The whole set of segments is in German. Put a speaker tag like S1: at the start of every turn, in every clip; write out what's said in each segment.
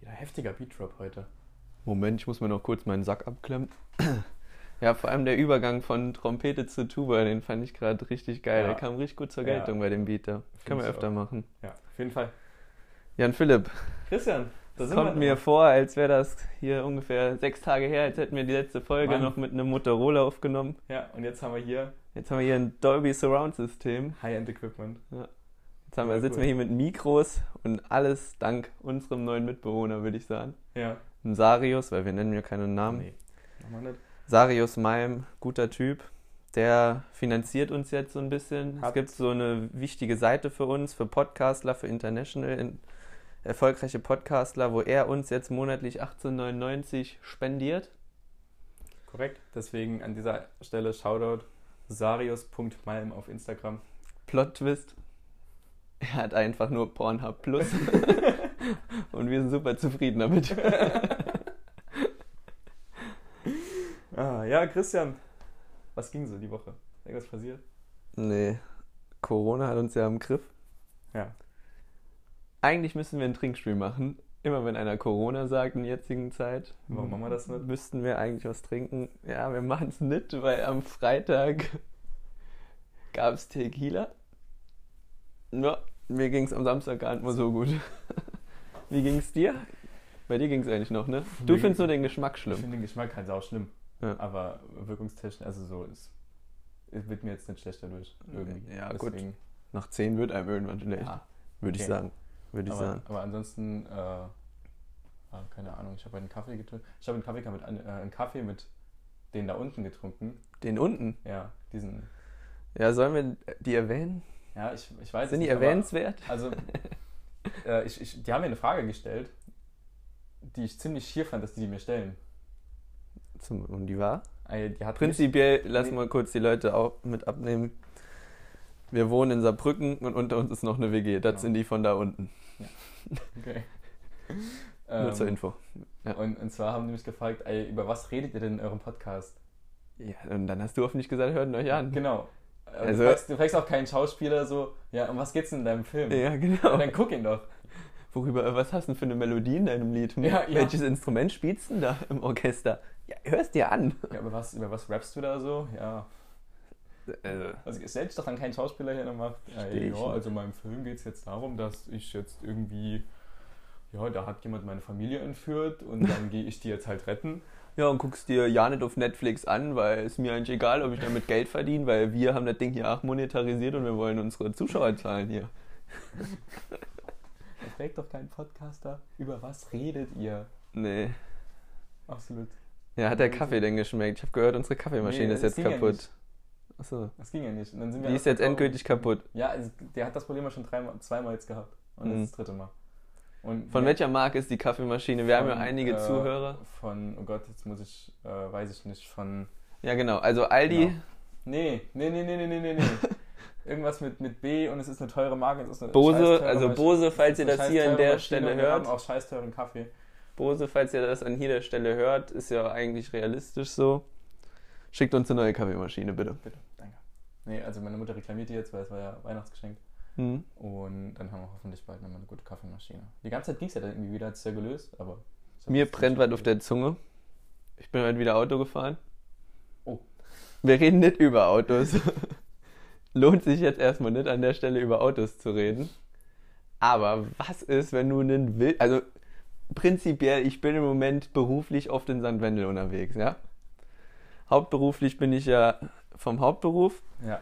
S1: Wieder heftiger Beatrap heute.
S2: Moment, ich muss mir noch kurz meinen Sack abklemmen. Ja, vor allem der Übergang von Trompete zu Tuba, den fand ich gerade richtig geil.
S1: Ja.
S2: Der kam richtig gut zur
S1: Ja.
S2: Geltung bei dem Beat da. Können
S1: Find's
S2: wir öfter
S1: auch.
S2: machen.
S1: Ja, auf jeden Fall.
S2: Jan Philipp,
S1: Christian, da
S2: das
S1: sind
S2: kommt
S1: wir.
S2: mir vor, als wäre das hier ungefähr sechs Tage her, als hätten wir die letzte Folge
S1: Mann.
S2: noch mit einem Motorola aufgenommen.
S1: Ja, und jetzt haben wir hier
S2: Jetzt haben wir hier ein Dolby Surround System.
S1: High-End Equipment.
S2: Jetzt haben wir,
S1: Ja,
S2: sitzen
S1: cool.
S2: wir hier mit Mikros und alles dank unserem neuen Mitbewohner, würde ich sagen.
S1: Ja.
S2: Dem Sarius, weil wir nennen ja keinen Namen.
S1: Nee. Machen wir nicht.
S2: Sarius Malm, guter Typ, der finanziert uns jetzt so ein bisschen. Es
S1: Hat-
S2: gibt so eine wichtige Seite für uns, für Podcastler, für International, in, erfolgreiche Podcastler, wo er uns jetzt monatlich 18,99 spendiert.
S1: Korrekt. Deswegen an dieser Stelle Shoutout sarius.malm auf Instagram.
S2: Plot Twist. Er hat einfach nur Pornhub Plus. Und wir sind super zufrieden damit.
S1: Ah, ja, Christian. Was ging so die Woche? Irgendwas passiert?
S2: Nee, Corona hat uns ja im Griff.
S1: Ja.
S2: Eigentlich müssen wir ein Trinkspiel machen. Immer wenn einer Corona sagt in der jetzigen Zeit,
S1: Warum machen wir das nicht?
S2: müssten wir eigentlich was trinken. Ja, wir machen es nicht, weil am Freitag gab es Tequila. Ja, mir ging es am Samstag gar nicht mal so gut. Wie ging es dir? Bei dir ging es eigentlich noch, ne? Du
S1: Mir
S2: findest
S1: ging-
S2: nur den Geschmack
S1: Ich
S2: schlimm.
S1: finde den Geschmack halt auch schlimm.
S2: Ja.
S1: Aber wirkungstechnisch, also so ist. Es wird mir jetzt nicht schlecht dadurch. Irgendwie.
S2: Ja, gut.
S1: Deswegen,
S2: Nach 10 wird einem irgendwann schlecht,
S1: ja.
S2: würde ich
S1: okay.
S2: sagen. Würde ich
S1: Aber,
S2: sagen.
S1: aber ansonsten, äh, ah, keine Ahnung, ich habe einen Kaffee getrunken. Ich habe einen Kaffee mit, an- äh, einen Kaffee mit den da unten getrunken.
S2: Den unten.
S1: Ja, diesen.
S2: Ja, sollen wir die erwähnen?
S1: Ja, ich, ich weiß es
S2: Sind die
S1: nicht, aber-
S2: erwähnenswert?
S1: Also, äh, ich, ich, die haben mir eine Frage gestellt, die ich ziemlich schier fand, dass die die mir stellen.
S2: Zum, und die war?
S1: Äh, Die hat mich-
S2: Prinzipiell lassen
S1: Nee.
S2: wir kurz die Leute auch mit abnehmen. Wir wohnen in Saarbrücken und unter uns ist noch eine WG. Das
S1: Genau.
S2: sind die von da unten.
S1: Okay.
S2: Nur zur
S1: Ähm,
S2: Info. ja.
S1: und, und zwar haben die mich gefragt, ey, über was redet ihr denn in eurem Podcast?
S2: Ja, und dann hast du hoffentlich gesagt, hört ihn euch an.
S1: Genau. Äh,
S2: Mhm. Also-
S1: du, fragst, du fragst auch keinen Schauspieler so, ja, um was geht's denn in deinem Film?
S2: Ja,
S1: Und
S2: genau.
S1: dann guck ihn doch.
S2: Worüber, was hast du denn für eine Melodie in deinem Lied? Hm?
S1: Ja, ja.
S2: Welches Instrument spielst du denn da im Orchester? Ja, hörst dir an.
S1: Ja, über was, über was rappst du da so? Ja.
S2: Also,
S1: Also stell dich doch an keinen Schauspieler hin und macht,
S2: Versteh
S1: ey,
S2: ich
S1: ja,
S2: nicht.
S1: also in meinem Film geht's jetzt darum, dass ich jetzt irgendwie, ja, da hat jemand meine Familie entführt und dann gehe ich die jetzt halt retten.
S2: ja, und guckst dir ja nicht auf Netflix an, weil es mir eigentlich egal, ob ich damit Geld verdiene, weil wir haben das Ding hier auch monetarisiert und wir wollen unsere Zuschauerzahlen hier.
S1: Das fragt doch keinen Podcaster, über was redet ihr?
S2: Nee.
S1: Absolut.
S2: Ja, hat der Kaffee denn geschmeckt? Ich habe gehört, unsere Kaffeemaschine
S1: Hm. Nee,
S2: ist
S1: das
S2: jetzt
S1: ging ja
S2: kaputt.
S1: nicht.
S2: Achso.
S1: Das ging ja nicht. Und dann sind wir
S2: Die ist
S1: erst
S2: jetzt
S1: gekommen.
S2: endgültig kaputt.
S1: Ja, also, der hat das Problem ja schon dreimal, zweimal jetzt gehabt. Und
S2: Mhm.
S1: das ist das dritte Mal. Und
S2: Von
S1: wir-
S2: welcher Marke ist die Kaffeemaschine? Wir haben ja
S1: Von,
S2: einige
S1: äh,
S2: Zuhörer.
S1: Von, oh Gott, jetzt muss ich, äh, weiß ich nicht, von.
S2: Ja, genau. Also Aldi,
S1: Genau. Nee, nee, nee, nee, nee, nee, nee, nee. Irgendwas mit, mit B und es ist eine teure Marke. Es ist eine scheiß
S2: Bose,
S1: teure
S2: also
S1: Masch-
S2: Bose, falls ihr
S1: eine
S2: das
S1: scheiß
S2: hier an
S1: teure
S2: der
S1: Maschine
S2: Stelle
S1: und Wir haben
S2: hört.
S1: auch scheiß teuren Kaffee.
S2: Bose, falls ihr das an jeder Stelle hört, ist ja eigentlich realistisch so. Schickt uns eine neue Kaffeemaschine, bitte.
S1: Bitte, danke. Nee, also meine Mutter reklamiert die jetzt, weil es war ja Weihnachtsgeschenk.
S2: Hm.
S1: Und dann haben wir hoffentlich bald nochmal eine gute Kaffeemaschine. Die ganze Zeit ging es ja dann irgendwie wieder, hat es ja gelöst, aber. es hat
S2: Mir
S1: trotzdem
S2: brennt was auf
S1: geklappt.
S2: der Zunge. Ich bin heute wieder Auto gefahren.
S1: Oh.
S2: Wir reden nicht über Autos. Lohnt sich jetzt erstmal nicht an der Stelle über Autos zu reden. Aber was ist, wenn du einen Wild. Also prinzipiell, ich bin im Moment beruflich oft in St. Wendel unterwegs, ja? Hauptberuflich bin ich ja vom Hauptberuf
S1: Ja,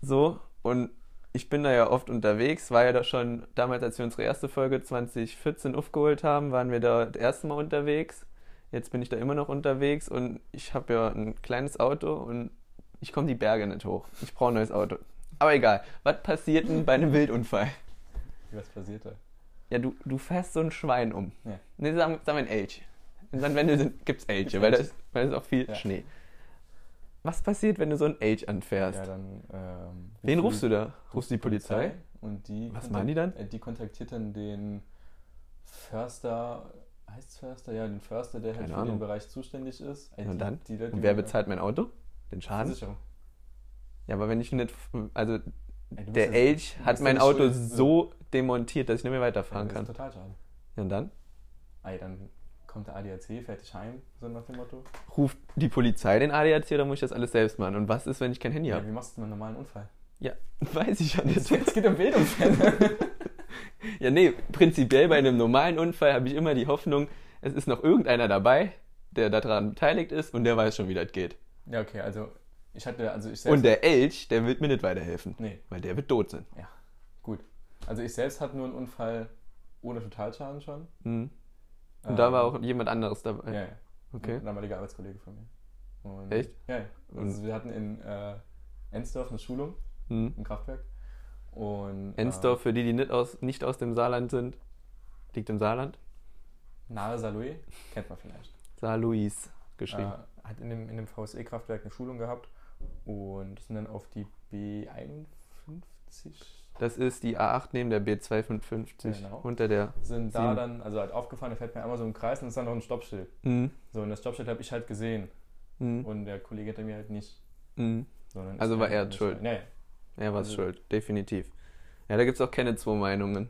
S2: so und ich bin da ja oft unterwegs, war ja da schon damals, als wir unsere erste Folge 2014 aufgeholt haben, waren wir da das erste Mal unterwegs. Jetzt bin ich da immer noch unterwegs und ich habe ja ein kleines Auto und ich komme die Berge nicht hoch. Ich brauche ein neues Auto. Aber egal, was passiert denn bei einem Wildunfall?
S1: was passiert da?
S2: Ja, du, du fährst so ein Schwein um.
S1: Ja.
S2: Ne, sagen, sagen wir ein Elch. In St. Wendel gibt es Elche, weil da ist, weil da ist auch viel
S1: Ja.
S2: Schnee. Was passiert, wenn du so ein Elch anfährst?
S1: Ja, dann. Ähm,
S2: Wen
S1: rufen
S2: rufst du da?
S1: die-
S2: Rufst du die Polizei?
S1: Äh, Und die.
S2: Was
S1: kontakt-
S2: machen die dann?
S1: äh, Die kontaktiert dann den Förster. Heißt Förster? Ja, den Förster, der halt
S2: Keine
S1: für
S2: Ahnung.
S1: den Bereich zuständig ist. Äh,
S2: Ja, und
S1: die-
S2: dann?
S1: Die Leute,
S2: Und wer
S1: die-
S2: bezahlt mein Auto? Den Schaden?
S1: Versicherung.
S2: Ja, aber wenn ich nicht. Also,
S1: Ey, du
S2: der
S1: bist ja-
S2: Elch
S1: du
S2: hat
S1: bist ja
S2: mein
S1: nicht
S2: Auto
S1: schuldig.
S2: so demontiert, dass ich nicht mehr
S1: Ja,
S2: weiterfahren
S1: das ist
S2: kann.
S1: total schade.
S2: Ja, und dann?
S1: ey, dann kommt der ADAC, fährt dich heim, so nach dem Motto.
S2: Ruft die Polizei den ADAC oder muss ich das alles selbst machen? Und was ist, wenn ich kein Handy
S1: Ja.
S2: habe?
S1: wie machst du einen normalen Unfall?
S2: Ja, weiß ich ja nicht.
S1: Es geht um Bildungsfälle.
S2: Ja, nee, prinzipiell bei einem normalen Unfall habe ich immer die Hoffnung, es ist noch irgendeiner dabei, der daran beteiligt ist und der weiß schon, wie das geht.
S1: ja, okay, also ich hatte, also ich selbst.
S2: Und der Elch, der wird mir nicht weiterhelfen,
S1: nee,
S2: weil der wird tot sein.
S1: ja, gut. Also ich selbst hatte nur einen Unfall ohne Totalschaden schon.
S2: Hm. Und
S1: Ähm,
S2: da war auch jemand anderes dabei.
S1: Ja, ja.
S2: Okay.
S1: Ein damaliger Arbeitskollege von mir. Und,
S2: Echt?
S1: Ja, ja. Also wir hatten in äh, Ensdorf eine Schulung
S2: Hm.
S1: im Kraftwerk. Und, äh,
S2: Ensdorf, für die, die nicht aus, nicht aus dem Saarland sind, liegt im Saarland.
S1: Äh, nahe Saloe, kennt man vielleicht.
S2: Saar Luis geschrieben.
S1: Äh, hat in dem, in dem VSE-Kraftwerk eine Schulung gehabt und sind dann auf die B51
S2: Das ist die A8 neben der B255
S1: Genau.
S2: unter der.
S1: sind da
S2: Sieben.
S1: dann, also halt aufgefahren, da fährt mir einmal so im Kreis und ist dann noch ein Stoppschild.
S2: Hm.
S1: So, und das Stoppschild habe ich halt gesehen
S2: Hm.
S1: und der Kollege hinter mir halt nicht.
S2: Hm.
S1: sondern
S2: Also
S1: ist
S2: war
S1: dann-
S2: er schuld.
S1: Nee,
S2: Er war
S1: Also-
S2: schuld, definitiv. Ja, da gibt es auch keine zwei Meinungen.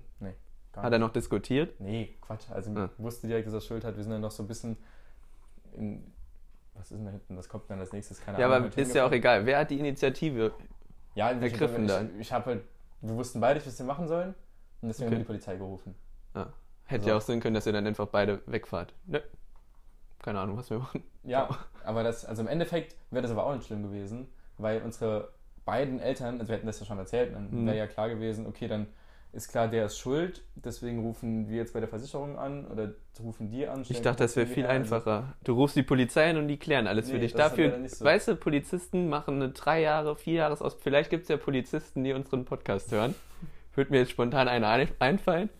S1: gar
S2: Hat er noch diskutiert?
S1: Nee, Quatsch. Also
S2: Ah.
S1: wusste direkt, dass er schuld hat. Wir sind dann noch so ein bisschen in. Was ist denn da hinten? Das kommt dann als nächstes, keine
S2: Ja,
S1: Ahnung.
S2: aber
S1: halt
S2: ist ja auch
S1: hingefahren.
S2: egal. Wer hat die Initiative?
S1: Ja, ich,
S2: ergriffen
S1: ich,
S2: dann.
S1: ich, habe halt. Wir wussten beide nicht, was wir machen sollen. Und deswegen haben
S2: Okay.
S1: wir die Polizei gerufen.
S2: Hätte
S1: So.
S2: ja auch sein können, dass ihr dann einfach beide wegfahrt. Nö. Keine Ahnung, was wir machen.
S1: Ja, aber das. Also im Endeffekt wäre das aber auch nicht schlimm gewesen, weil unsere beiden Eltern. Also wir hätten das ja schon erzählt. Dann
S2: Mhm.
S1: wäre ja klar gewesen, okay, dann ist klar, der ist schuld. Deswegen rufen wir jetzt bei der Versicherung an oder rufen die an.
S2: Ich
S1: stellen
S2: dachte, das wäre
S1: Kopfhörer
S2: viel
S1: her. Also-
S2: einfacher. Du rufst die Polizei an und die klären alles für
S1: Nee,
S2: dich.
S1: das ist
S2: Dafür,
S1: leider nicht so.
S2: weißt du, Polizisten machen eine drei Jahre, vier Jahres aus. Vielleicht gibt es ja Polizisten, die unseren Podcast hören. Würde mir jetzt spontan einer ein- einfallen.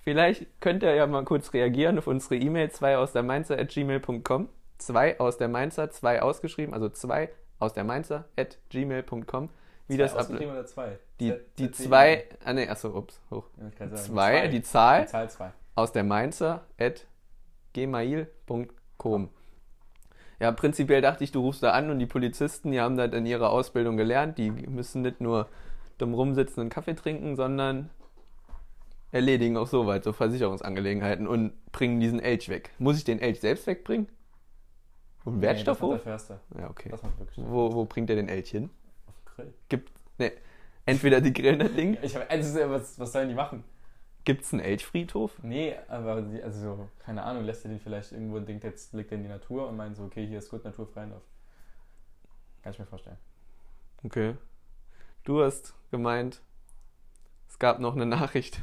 S2: Vielleicht könnt ihr ja mal kurz reagieren auf unsere E-Mail, zwei aus der Mainzer at gmail.com. Zwei aus der Mainzer, zwei ausgeschrieben, also zwei aus der Mainzer at gmail.com. Wie
S1: Zwei
S2: das ab
S1: ausgeschrieben oder zwei?
S2: Die,
S1: Z-
S2: die
S1: ZD.
S2: zwei, ah ne, achso, ups, hoch.
S1: Ja, ich kann sagen,
S2: Zwei, die Zahl
S1: Die Zahl 2.
S2: aus der Mainzer at gmail.com. Ja, prinzipiell dachte ich, du rufst da an und die Polizisten, die haben das in ihrer Ausbildung gelernt, die müssen nicht nur dumm rumsitzen und Kaffee trinken, sondern erledigen auch soweit so Versicherungsangelegenheiten und bringen diesen Elch weg. Muss ich den Elch selbst wegbringen? Und Wertstoffhof?
S1: Das macht der Förster.
S2: Ja, okay.
S1: Das macht wirklich
S2: Wo, wo bringt er den Elch hin?
S1: auf den Grill.
S2: Gibt, ne, entweder die grillen das Ding,
S1: Ich hab, also, was, was sollen die machen?
S2: gibt's einen Elchfriedhof?
S1: Nee, aber die, also so, keine Ahnung, lässt er den vielleicht irgendwo und denkt, jetzt legt er in die Natur und meint so, okay, hier ist gut, Naturfreilauf. Kann ich mir vorstellen.
S2: Okay. Du hast gemeint, es gab noch eine Nachricht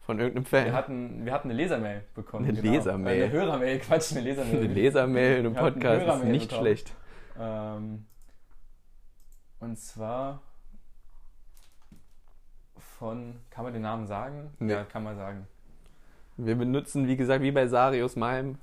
S2: von irgendeinem Fan.
S1: Wir hatten, wir hatten eine Lesermail bekommen.
S2: Äh. Eine Lesermail.
S1: Äh, Eine Hörermail, Quatsch, eine Lesermail.
S2: eine Lesermail in einem
S1: Wir hatten eine
S2: Podcast ist
S1: Hörermail
S2: nicht
S1: bekommen.
S2: schlecht.
S1: Ähm, und zwar von, kann man den Namen sagen?
S2: Nee.
S1: Ja, kann man sagen.
S2: Wir benutzen, wie gesagt, wie bei Sarius Malm,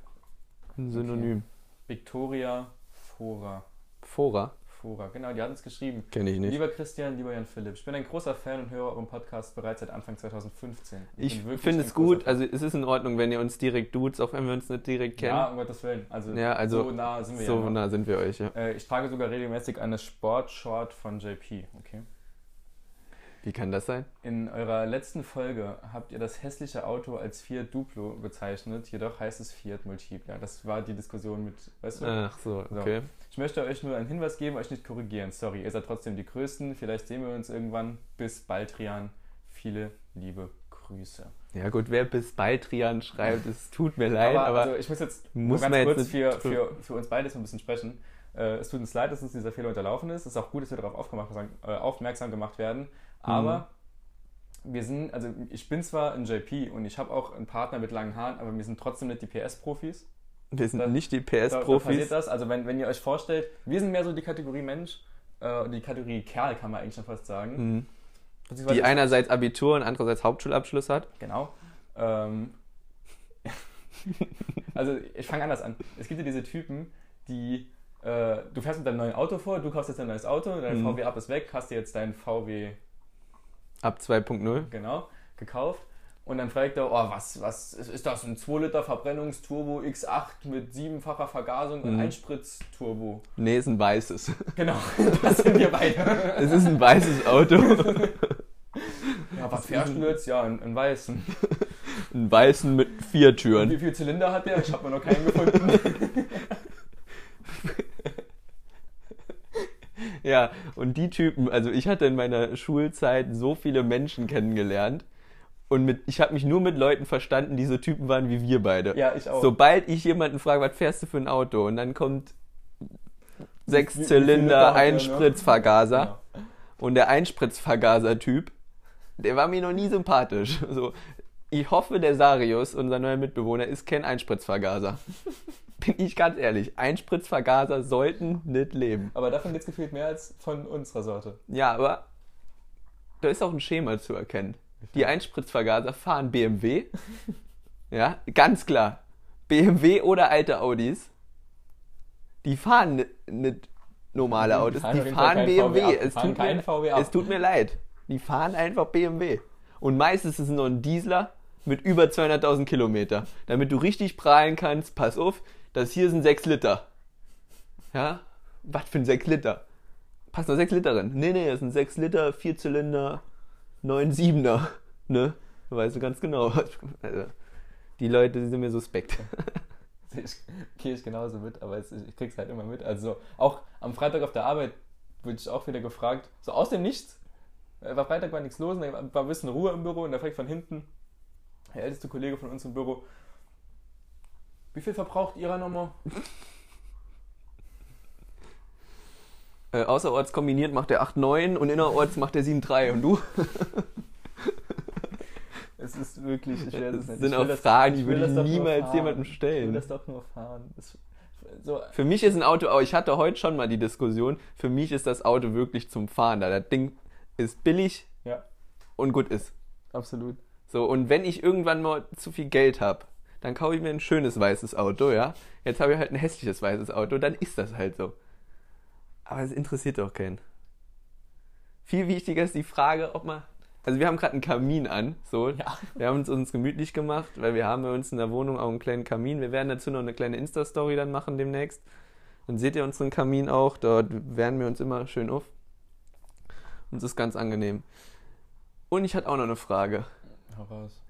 S2: ein Synonym.
S1: Victoria Fora.
S2: Fora,
S1: Fora, genau, die hat uns geschrieben.
S2: kenne ich nicht.
S1: Lieber Christian, lieber Jan Philipp, ich bin ein großer Fan und höre euren Podcast bereits seit Anfang 2015.
S2: Ich
S1: bin wirklich
S2: finde
S1: ein
S2: es
S1: großer
S2: gut,
S1: Fan.
S2: also es ist in Ordnung, wenn ihr uns direkt duzt, auch wenn wir uns nicht direkt
S1: Ja,
S2: kennen.
S1: um Gottes Willen. Also,
S2: Ja, also,
S1: so nah sind wir
S2: so
S1: ja. noch.
S2: nah sind wir euch, ja.
S1: Äh, ich trage sogar regelmäßig eine Sportshort von JP. Okay.
S2: Wie kann das sein?
S1: In eurer letzten Folge habt ihr das hässliche Auto als Fiat Duplo bezeichnet, jedoch heißt es Fiat Multipla. Das war die Diskussion mit, weißt du?
S2: Ach so,
S1: So.
S2: okay.
S1: Ich möchte euch nur einen Hinweis geben, euch nicht korrigieren. Sorry, ihr seid trotzdem die Größten. Vielleicht sehen wir uns irgendwann. Bis bald, Rian. Viele liebe Grüße.
S2: Ja gut, wer bis Baldrian schreibt, es tut mir leid, aber,
S1: also ich muss jetzt
S2: muss
S1: nur ganz
S2: man jetzt
S1: kurz
S2: nicht
S1: für,
S2: drüber-
S1: für, für uns beide so ein bisschen sprechen. Äh, es tut uns leid, dass uns dieser Fehler unterlaufen ist. Es ist auch gut, dass wir darauf aufgemacht, äh, aufmerksam gemacht
S2: Mhm.
S1: werden. Aber wir sind, also ich bin zwar ein JP und ich habe auch einen Partner mit langen Haaren, aber wir sind trotzdem nicht die PS-Profis.
S2: wir sind
S1: da-
S2: nicht die
S1: Da- Da
S2: PS-Profis.
S1: passiert das. Also wenn, wenn ihr euch vorstellt, wir sind mehr so die Kategorie Mensch, äh, die Kategorie Kerl kann man eigentlich schon fast sagen.
S2: Mhm.
S1: Beziehungsweise-
S2: Die einerseits Abitur und andererseits Hauptschulabschluss hat.
S1: Genau. Ähm, also ich fange anders an. Es gibt ja diese Typen, die äh, du fährst mit deinem neuen Auto vor, du kaufst jetzt ein neues Auto, dein
S2: Mhm.
S1: VW ab ist weg, hast dir jetzt deinen VW
S2: Ab 2.0.
S1: genau gekauft. Und dann fragt er, oh, was, was ist, ist das? Ein 2-Liter Verbrennungsturbo X8 mit siebenfacher Vergasung und
S2: Mhm.
S1: Einspritzturbo.
S2: Nee, ist ein weißes.
S1: Genau, das sind wir beide.
S2: Es ist ein weißes Auto.
S1: Ja, was fährst du jetzt? Ja, einen, einen weißen.
S2: Einen weißen mit vier
S1: Wie
S2: Türen.
S1: viele Zylinder hat der? Ich habe mir noch keinen gefunden.
S2: Ja, und die Typen, also ich hatte in meiner Schulzeit so viele Menschen kennengelernt und mit, ich habe mich nur mit Leuten verstanden, die so Typen waren wie wir beide.
S1: ja, oh. ich auch.
S2: Sobald ich jemanden frage, was fährst du für ein Auto? Und dann kommt sechs
S1: Wie- wie viele
S2: Zylinder,
S1: Liter hat der,
S2: ein
S1: ne?
S2: Spritzvergaser.
S1: Ja.
S2: Und der Einspritzvergaser-Typ, der war mir noch nie sympathisch. So, ich hoffe, der Sarius, unser neuer Mitbewohner, ist kein Einspritzvergaser. Bin ich ganz ehrlich, Einspritzvergaser sollten nicht leben.
S1: Aber davon gibt es gefühlt mehr als von unserer Sorte.
S2: Ja, aber da ist auch ein Schema zu erkennen. Die Einspritzvergaser fahren BMW. Ja, ganz klar. BMW oder alte Audis. Die fahren ni- nicht normale Autos,
S1: fahren
S2: die
S1: auf jeden Fall
S2: fahren
S1: kein
S2: BMW.
S1: VW ab. Die
S2: es,
S1: fahren
S2: tut
S1: keinen
S2: mir,
S1: VW ab.
S2: es tut mir leid. Die fahren einfach BMW. Und meistens ist es noch ein Diesler mit über 200.000 Kilometer. Damit du richtig prahlen kannst, pass auf, das hier sind 6 Liter. Ja? Was für ein 6 Liter? Passt nur 6 Liter drin. Nee, nee, das sind 6 Liter, 4 Zylinder, 9 Siebener. Ne? Weißt du ganz genau. Also, die Leute die sind mir suspekt.
S1: Ich, gehe ich genauso mit, aber es, ich krieg's halt immer mit. Also auch am Freitag auf der Arbeit wurde ich auch wieder gefragt, so aus dem Nichts. Äh, War Freitag war nichts los, und dann war ein bisschen Ruhe im Büro und da fragt von hinten der älteste Kollege von uns im Büro, wie viel verbraucht ihrer nochmal?
S2: Äh, außerorts kombiniert macht der 8,9 und innerorts macht der 7,3. Und du?
S1: Es ist wirklich, ich werde
S2: Das
S1: es nicht.
S2: Äh, sind
S1: ich
S2: auch
S1: will das,
S2: Fragen, die
S1: will
S2: würde ich
S1: das doch nur
S2: niemals
S1: fahren.
S2: jemandem
S1: ich will
S2: stellen.
S1: das doch nur fahren. Das, so,
S2: Für mich ist ein Auto, aber ich hatte heute schon mal die Diskussion, für mich ist das Auto wirklich zum Fahren da. Das Ding ist billig
S1: ja,
S2: und gut ist.
S1: absolut.
S2: So, und wenn ich irgendwann mal zu viel Geld habe, dann kaufe ich mir ein schönes weißes Auto, ja. Jetzt habe ich halt ein hässliches weißes Auto, dann ist das halt so. Aber es interessiert doch keinen. Viel wichtiger ist die Frage, ob man. Also wir haben gerade einen Kamin an, so.
S1: Ja.
S2: Wir haben es uns gemütlich gemacht, weil wir haben bei uns in der Wohnung auch einen kleinen Kamin. Wir werden dazu noch eine kleine Insta-Story dann machen demnächst. Dann seht ihr unseren Kamin auch, dort wärmen wir uns immer schön auf. Uns ist ganz angenehm. Und ich hatte auch noch eine Frage.
S1: Hau raus.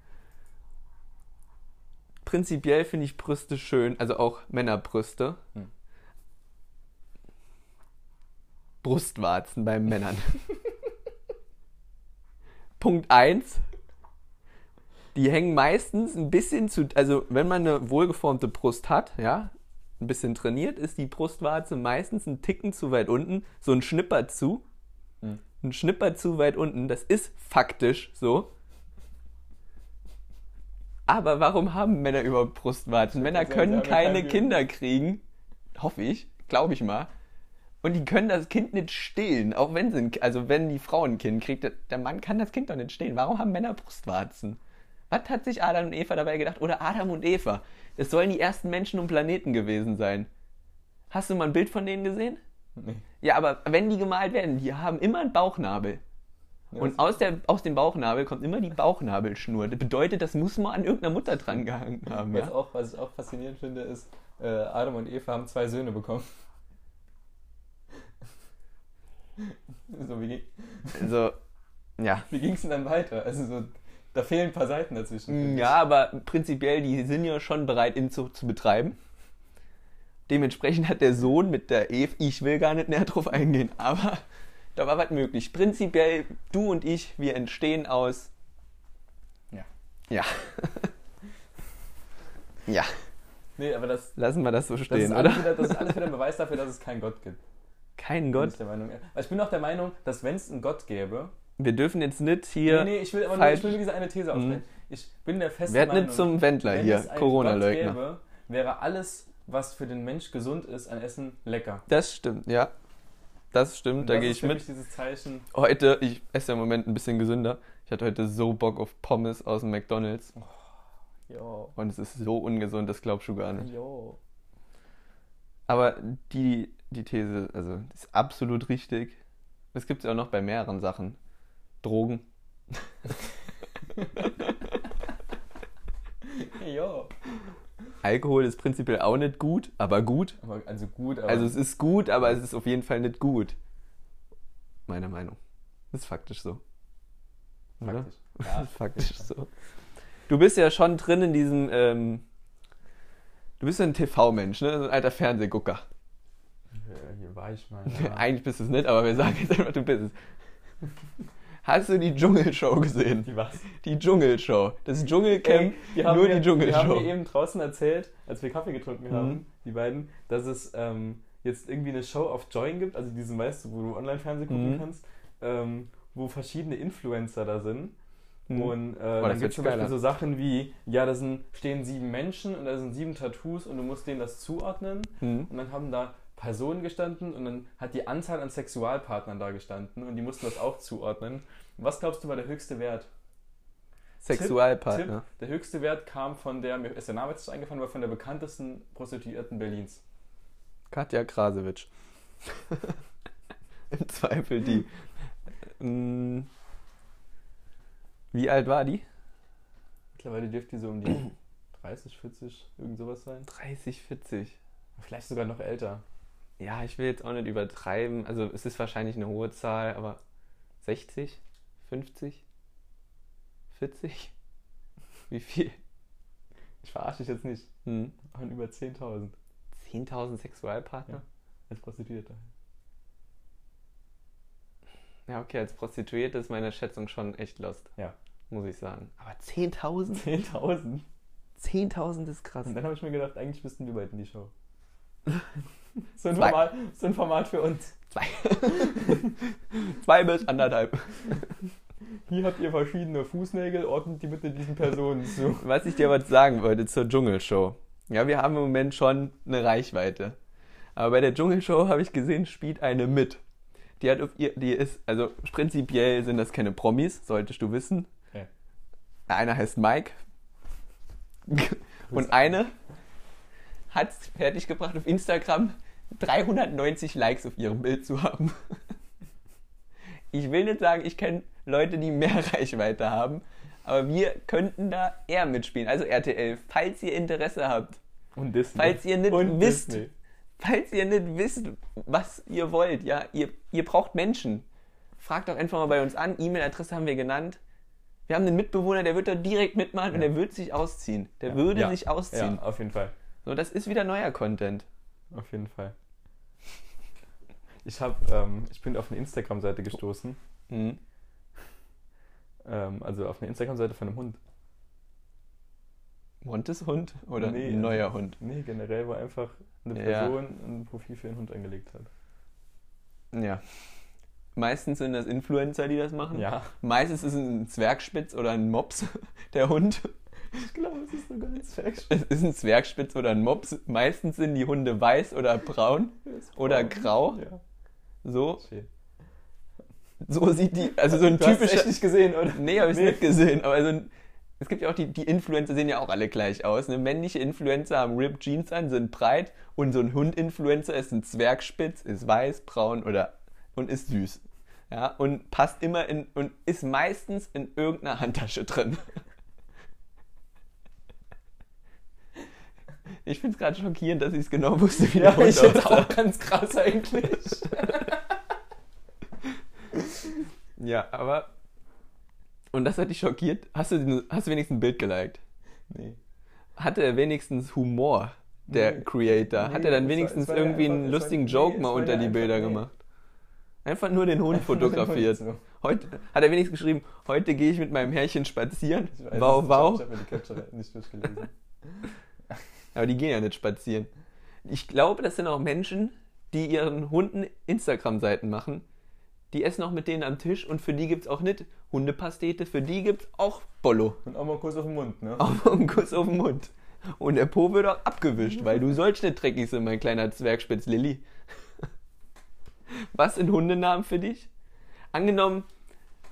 S2: Prinzipiell finde ich Brüste schön, also auch Männerbrüste.
S1: Hm.
S2: Brustwarzen bei Männern. Punkt 1. Die hängen meistens ein bisschen zu, also wenn man eine wohlgeformte Brust hat, ja, ein bisschen trainiert, ist die Brustwarze meistens ein Ticken zu weit unten, so ein Schnipper zu.
S1: Hm.
S2: Ein Schnipper zu weit unten, das ist faktisch so. Aber warum haben Männer überhaupt Brustwarzen? Männer
S1: wollte sagen,
S2: können
S1: sie haben ja
S2: keine
S1: kein
S2: Kinder kriegen. Hoffe ich, glaube ich mal. Und die können das Kind nicht stillen, auch wenn sie, ein, also wenn die Frau ein Kind kriegt, der- der Mann kann das Kind doch nicht stillen. Warum haben Männer Brustwarzen? Was hat sich Adam und Eva dabei gedacht? Oder Adam und Eva? Das sollen die ersten Menschen um Planeten gewesen sein. Hast du mal ein Bild von denen gesehen?
S1: Nee.
S2: Ja, aber wenn die gemalt werden, die haben immer einen Bauchnabel.
S1: Ja,
S2: Und aus, der, aus dem Bauchnabel kommt immer die Bauchnabelschnur. Das bedeutet, das muss man an irgendeiner Mutter dran gehangen haben.
S1: Was,
S2: Ja?
S1: auch, was ich auch faszinierend finde, ist, äh, Adam und Eva haben zwei Söhne bekommen. so, wie, ging-
S2: Also, ja.
S1: wie ging es denn dann weiter? Also, so, da fehlen ein paar Seiten dazwischen. finde ich.
S2: Hm, Ja, aber prinzipiell, die sind ja schon bereit, Inzucht zu betreiben. Dementsprechend hat der Sohn mit der Eve, ich will gar nicht näher drauf eingehen, aber da war was möglich. Prinzipiell, du und ich, wir entstehen aus.
S1: Ja.
S2: Ja. ja.
S1: Nee, aber das,
S2: Lassen wir das so
S1: das,
S2: stehen,
S1: ist,
S2: oder?
S1: alles wieder, das ist alles wieder ein Beweis dafür, dass es keinen Gott gibt.
S2: Kein
S1: Bin
S2: Gott.
S1: ich, der Meinung. Aber ich bin auch der Meinung, dass wenn es einen Gott gäbe.
S2: Wir dürfen jetzt nicht hier.
S1: nee, nee, ich will aber nur,
S2: falsch-
S1: ich will nur diese eine These aufstellen. Ich bin der festen
S2: Werd
S1: Meinung.
S2: nicht zum Wendler
S1: wenn
S2: hier,
S1: es einen Gott
S2: Corona-Leugner.
S1: gäbe, wäre alles, was für den Mensch gesund ist, an Essen lecker.
S2: Das stimmt, ja. Das stimmt, da
S1: das
S2: gehe
S1: ist
S2: ich
S1: für
S2: mit.
S1: mich Dieses Zeichen,
S2: Heute, ich esse ja im Moment ein bisschen gesünder. Ich hatte heute so Bock auf Pommes aus dem McDonalds.
S1: jo.
S2: Und es ist so ungesund, das glaubst du gar nicht.
S1: Jo.
S2: Aber die, die These, also, die ist absolut richtig. Das gibt es ja auch noch bei mehreren Sachen. Drogen.
S1: Jo.
S2: Alkohol ist prinzipiell auch nicht gut, aber gut.
S1: Aber, also gut, aber
S2: Also es ist gut, aber es ist auf jeden Fall nicht gut. Meiner Meinung. Ist faktisch so. Oder?
S1: faktisch. Ja,
S2: Faktisch so. du bist ja schon drin in diesem, ähm, du bist ja ein TV-Mensch, ne? So ein alter Fernsehgucker.
S1: Hier war ich mal. Ja.
S2: Eigentlich bist du es nicht, aber wir sagen jetzt einfach, du bist es. Hast du die Dschungelshow gesehen?
S1: Die was?
S2: Die Dschungelshow. Das Dschungelcamp,
S1: Die haben
S2: nur
S1: mir,
S2: die
S1: Die haben mir
S2: Dschungelshow.
S1: eben draußen erzählt, als wir Kaffee getrunken haben,
S2: Mhm.
S1: die beiden, dass es ähm, jetzt irgendwie eine Show auf Join gibt, also diesen, weißt du, wo du Online-Fernsehen gucken
S2: Mhm.
S1: kannst, ähm, wo verschiedene Influencer da sind.
S2: Mhm.
S1: Und äh,
S2: das
S1: dann gibt
S2: wird
S1: es zum Beispiel
S2: geiler.
S1: so Sachen wie, ja, da sind, stehen sieben Menschen und da sind sieben Tattoos und du musst denen das zuordnen.
S2: Mhm.
S1: Und dann haben da Personen gestanden und dann hat die Anzahl an Sexualpartnern da gestanden und die mussten das auch zuordnen. Was glaubst du war der höchste Wert?
S2: Sexualpartner.
S1: Tipp, der höchste Wert kam von der, mir ist der Name jetzt nicht eingefallen, aber von der bekanntesten Prostituierten Berlins.
S2: Katja Krasewitsch. Im Zweifel die. Mm. Wie alt war die?
S1: Mittlerweile dürfte die so um die 30, 40, irgend sowas sein.
S2: 30, 40.
S1: Vielleicht sogar noch älter.
S2: Ja, ich will jetzt auch nicht übertreiben. Also es ist wahrscheinlich eine hohe Zahl, aber 60, 50, 40? Wie viel?
S1: Ich verarsche dich jetzt nicht.
S2: Hm.
S1: Haben über 10.000
S2: 10.000 Sexualpartner?
S1: als Prostituierte.
S2: Ja. okay, als Prostituierte ist meine Schätzung schon echt lost.
S1: Ja.
S2: Muss ich sagen. Aber 10.000?
S1: 10.000?
S2: 10.000 ist krass.
S1: Und dann habe ich mir gedacht, eigentlich müssten wir beiden die Show. So ein,
S2: Zwei.
S1: Format, so ein Format für uns.
S2: Zwei. Zwei bis anderthalb.
S1: Hier habt ihr verschiedene Fußnägel, ordnet die bitte diesen Personen zu.
S2: Was ich dir aber sagen wollte zur Dschungelshow. Ja, wir haben im Moment schon eine Reichweite. Aber bei der Dschungelshow habe ich gesehen, spielt eine mit. Die hat auf ihr, die ist, also prinzipiell sind das keine Promis, solltest du wissen.
S1: Ja.
S2: Einer heißt Mike. Und eine hat es fertiggebracht, auf Instagram 390 Likes auf ihrem Bild zu haben. Ich will nicht sagen, ich kenne Leute, die mehr Reichweite haben, aber wir könnten da eher mitspielen. Also RTL, falls ihr Interesse habt,
S1: Und Disney.
S2: Falls ihr nicht
S1: Und
S2: wisst.
S1: Disney.
S2: falls ihr nicht wisst, was ihr wollt, ja, ihr, ihr braucht Menschen. Fragt doch einfach mal bei uns an. E-Mail-Adresse haben wir genannt. Wir haben einen Mitbewohner, der wird da direkt mitmachen und
S1: Ja.
S2: der wird sich ausziehen. Der
S1: Ja.
S2: würde
S1: Ja.
S2: sich ausziehen.
S1: Ja, auf jeden Fall.
S2: So, das ist wieder neuer Content.
S1: Auf jeden Fall. Ich habe, ähm, ich bin auf eine Instagram-Seite gestoßen,
S2: Mhm.
S1: ähm, also auf eine Instagram-Seite von einem Hund.
S2: Montes Hund oder
S1: Nee,
S2: ein neuer
S1: also-
S2: Hund?
S1: Nee, generell, wo einfach eine
S2: Ja.
S1: Person ein Profil für einen Hund angelegt hat.
S2: Ja. Meistens sind das Influencer, die das machen.
S1: Ja,
S2: Meistens ist es ein Zwergspitz oder ein Mops, der Hund.
S1: ich glaube, es ist sogar ein Zwerg.
S2: Es ist ein Zwergspitz oder ein Mops. Meistens sind die Hunde weiß oder braun
S1: Oh.
S2: oder grau.
S1: Ja,
S2: So,
S1: shit.
S2: so sieht die, also so ein
S1: Du hast es
S2: typischer.
S1: echt nicht gesehen, oder?
S2: Nee, habe ich
S1: Nee.
S2: nicht gesehen. Aber so ein, es gibt ja auch die, die Influencer sehen ja auch alle gleich aus. Ne? Männliche Influencer haben Ripped Jeans an, sind breit und so ein Hund-Influencer ist ein Zwergspitz, ist weiß, braun oder und ist süß. Ja, und passt immer in und ist meistens in irgendeiner Handtasche drin. Ich finde es gerade schockierend, dass ich es genau wusste, wie der
S1: Ja,
S2: Hund
S1: ich jetzt
S2: aussah.
S1: auch ganz krass eigentlich.
S2: Ja, aber. Und das hat dich schockiert? Hast du, hast du wenigstens ein Bild geliked?
S1: Nee.
S2: Hatte er wenigstens Humor, der
S1: Nee.
S2: Creator? hat
S1: Nee,
S2: er dann
S1: es war-
S2: wenigstens
S1: es war ja
S2: irgendwie
S1: einfach-
S2: einen
S1: es war-
S2: lustigen
S1: nee,
S2: Joke
S1: es
S2: mal
S1: war
S2: unter
S1: ja
S2: die
S1: einfach-
S2: Bilder
S1: nee.
S2: gemacht? Einfach nur den Hund
S1: nur den Hund
S2: fotografiert.
S1: so.
S2: Heute hat er wenigstens geschrieben, heute gehe ich mit meinem Herrchen spazieren.
S1: Ich weiß es
S2: Wow,
S1: nicht, Ich
S2: wow.
S1: habe mir die Capture nicht durchgelesen.
S2: Aber die gehen ja nicht spazieren. Ich glaube, das sind auch Menschen, die ihren Hunden Instagram-Seiten machen. Die essen auch mit denen am Tisch und für die gibt es auch nicht Hundepastete, für die gibt es auch Bollo.
S1: Und auch mal kurz auf den Mund, ne?
S2: Auf einen Kuss auf den Mund. Und der Po wird auch abgewischt, weil du sollst nicht dreckig sein, mein kleiner Zwergspitz Lilly. Was sind Hundenamen für dich? Angenommen,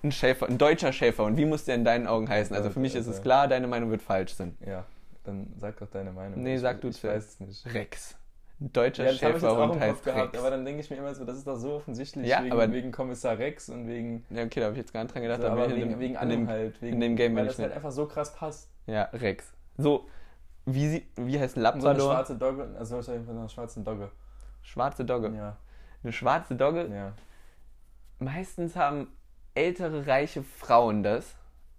S2: ein Schäfer, ein deutscher Schäfer. Und wie muss der in deinen Augen heißen? Also für mich ist es klar, deine Meinung wird falsch sein.
S1: Ja, dann sag doch deine Meinung.
S2: Nee,
S1: Ich-
S2: sag du
S1: Ich
S2: zuerst.
S1: weiß es nicht.
S2: Rex. Ein deutscher
S1: Ja, das habe ich jetzt auch
S2: Schäferhund
S1: im Kopf
S2: heißt
S1: gehabt,
S2: Rex.
S1: aber dann denke ich mir immer so, das ist doch so offensichtlich
S2: Ja,
S1: wegen,
S2: aber-
S1: wegen Kommissar Rex und wegen,
S2: Ja, okay, da habe ich jetzt gar nicht dran gedacht.
S1: so,
S2: da bin
S1: aber
S2: ich in
S1: wegen,
S2: dem-
S1: wegen
S2: in dem-
S1: allem halt. Wegen,
S2: in dem Game bin
S1: Weil
S2: ich
S1: das halt
S2: nicht.
S1: einfach so krass passt.
S2: Ja, Rex. So, wie, sie, wie heißt ein
S1: Und so eine
S2: Labrador?
S1: schwarze Dogge, also ich sag von einer schwarzen Dogge.
S2: schwarze Dogge.
S1: Ja,
S2: Eine schwarze Dogge
S1: ja.
S2: meistens haben ältere reiche Frauen das,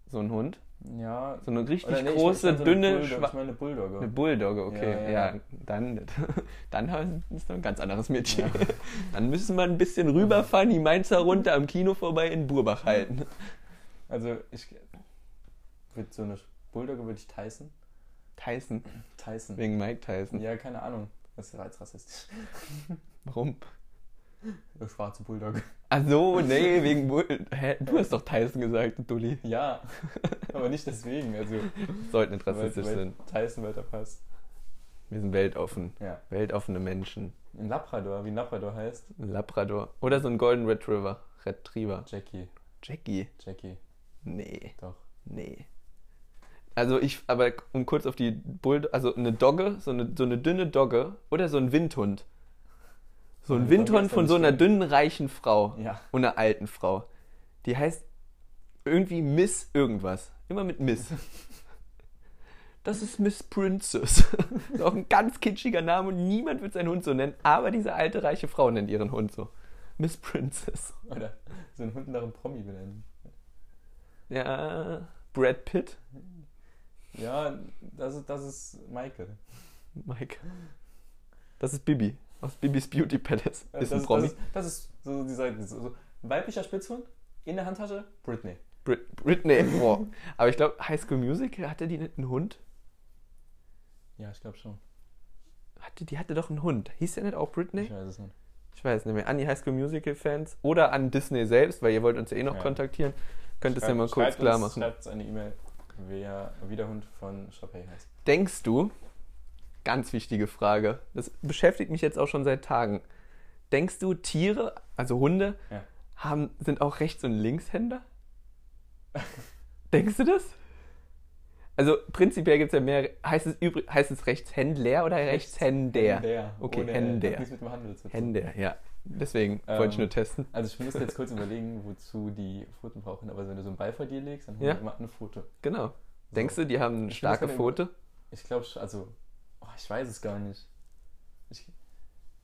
S2: so ein Hund.
S1: Ja.
S2: So eine richtig
S1: Oder nee, ich- ich
S2: große,
S1: meine so eine
S2: dünne,
S1: Bulldog- Ich
S2: schwarze.
S1: meine eine Bulldogge.
S2: Eine Bulldogge, okay.
S1: Ja,
S2: Ja,
S1: ja.
S2: dann, dann ist doch ein ganz anderes Mädchen. Dann müssen wir ein bisschen rüberfahren, die Mainzer runter am Kino vorbei in Burbach halten.
S1: Also ich würde so eine Bulldogge würde ich Tyson.
S2: Tyson,
S1: Tyson.
S2: wegen Mike Tyson.
S1: Ja, keine Ahnung. Das ist jetzt rassistisch.
S2: Warum?
S1: Eine schwarze Bulldogge.
S2: Ach so, nee, wegen Bull. Hä? Du hast doch Tyson gesagt, du Dulli.
S1: Ja, aber nicht deswegen. Also
S2: Sollte nicht
S1: weil-
S2: rassistisch
S1: weil
S2: sein.
S1: Tyson weiter passt.
S2: Wir sind weltoffen.
S1: Ja.
S2: Weltoffene Menschen.
S1: Ein Labrador, wie ein Labrador heißt.
S2: Ein Labrador. Oder so ein Golden Retriever. Retriever.
S1: Jackie.
S2: Jackie.
S1: Jackie,
S2: Nee.
S1: doch.
S2: Nee. Also ich, aber um kurz auf die Bull, also eine Dogge, so eine, so eine dünne Dogge oder so ein Windhund. So ein
S1: Eine Dogge
S2: Windhund
S1: ist
S2: von
S1: ja
S2: so
S1: nicht
S2: einer
S1: dünn.
S2: dünnen, reichen Frau
S1: Ja.
S2: und einer alten Frau. Die heißt irgendwie Miss irgendwas. Immer mit Miss. Das ist Miss Princess. Das ist auch ein ganz kitschiger Name und niemand wird seinen Hund so nennen, aber diese alte, reiche Frau nennt ihren Hund so. Miss Princess.
S1: Oder so einen Hund nach einem Promi benennen.
S2: Ja, Brad Pitt.
S1: Ja, das ist, das ist Michael.
S2: Mike. Das ist Bibi. Aus Bibis Beauty Palace.
S1: Äh,
S2: Ist
S1: das
S2: ein Promi.
S1: Das ist, das ist so dieser so, so weiblicher Spitzhund in der Handtasche, Britney.
S2: Brit Britney. Boah. Aber ich glaube, High School Musical, hatte die nicht einen Hund?
S1: Ja, ich glaube schon.
S2: Hatte, die hatte doch einen Hund. Hieß der nicht auch Britney?
S1: Ich weiß es nicht.
S2: Ich weiß nicht mehr. An die High School Musical Fans oder an Disney selbst, weil ihr wollt uns ja eh noch
S1: Ja.
S2: kontaktieren. Könnt es ja
S1: Schreibt-
S2: mal kurz
S1: schreibt
S2: klar
S1: uns-
S2: machen.
S1: Schreibt uns eine E-Mail, wer, wie der Hund von Chapey heißt.
S2: Denkst du, ganz wichtige Frage, das beschäftigt mich jetzt auch schon seit Tagen. Denkst du, Tiere, also Hunde,
S1: Ja.
S2: haben, sind auch Rechts- und Linkshänder? Denkst du das? Also prinzipiell gibt es ja mehr. Heißt es, übrig, heißt es Rechtshändler oder Rechtshänder?
S1: Hender.
S2: Okay,
S1: Ohne
S2: Hender.
S1: Hat nichts mit dem Handel zu tun.
S2: Händer, ja. Deswegen
S1: Ähm,
S2: wollte ich nur testen.
S1: Also ich musste jetzt kurz überlegen, wozu die Pfoten brauchen. Aber wenn du so einen Ball vor dir legst, dann haben
S2: Ja.
S1: die immer eine Pfote.
S2: Genau. Denkst du, die haben eine
S1: Ich
S2: starke
S1: muss gerade
S2: Pfote?
S1: Ich glaube, also, oh, ich weiß es gar nicht. Ich,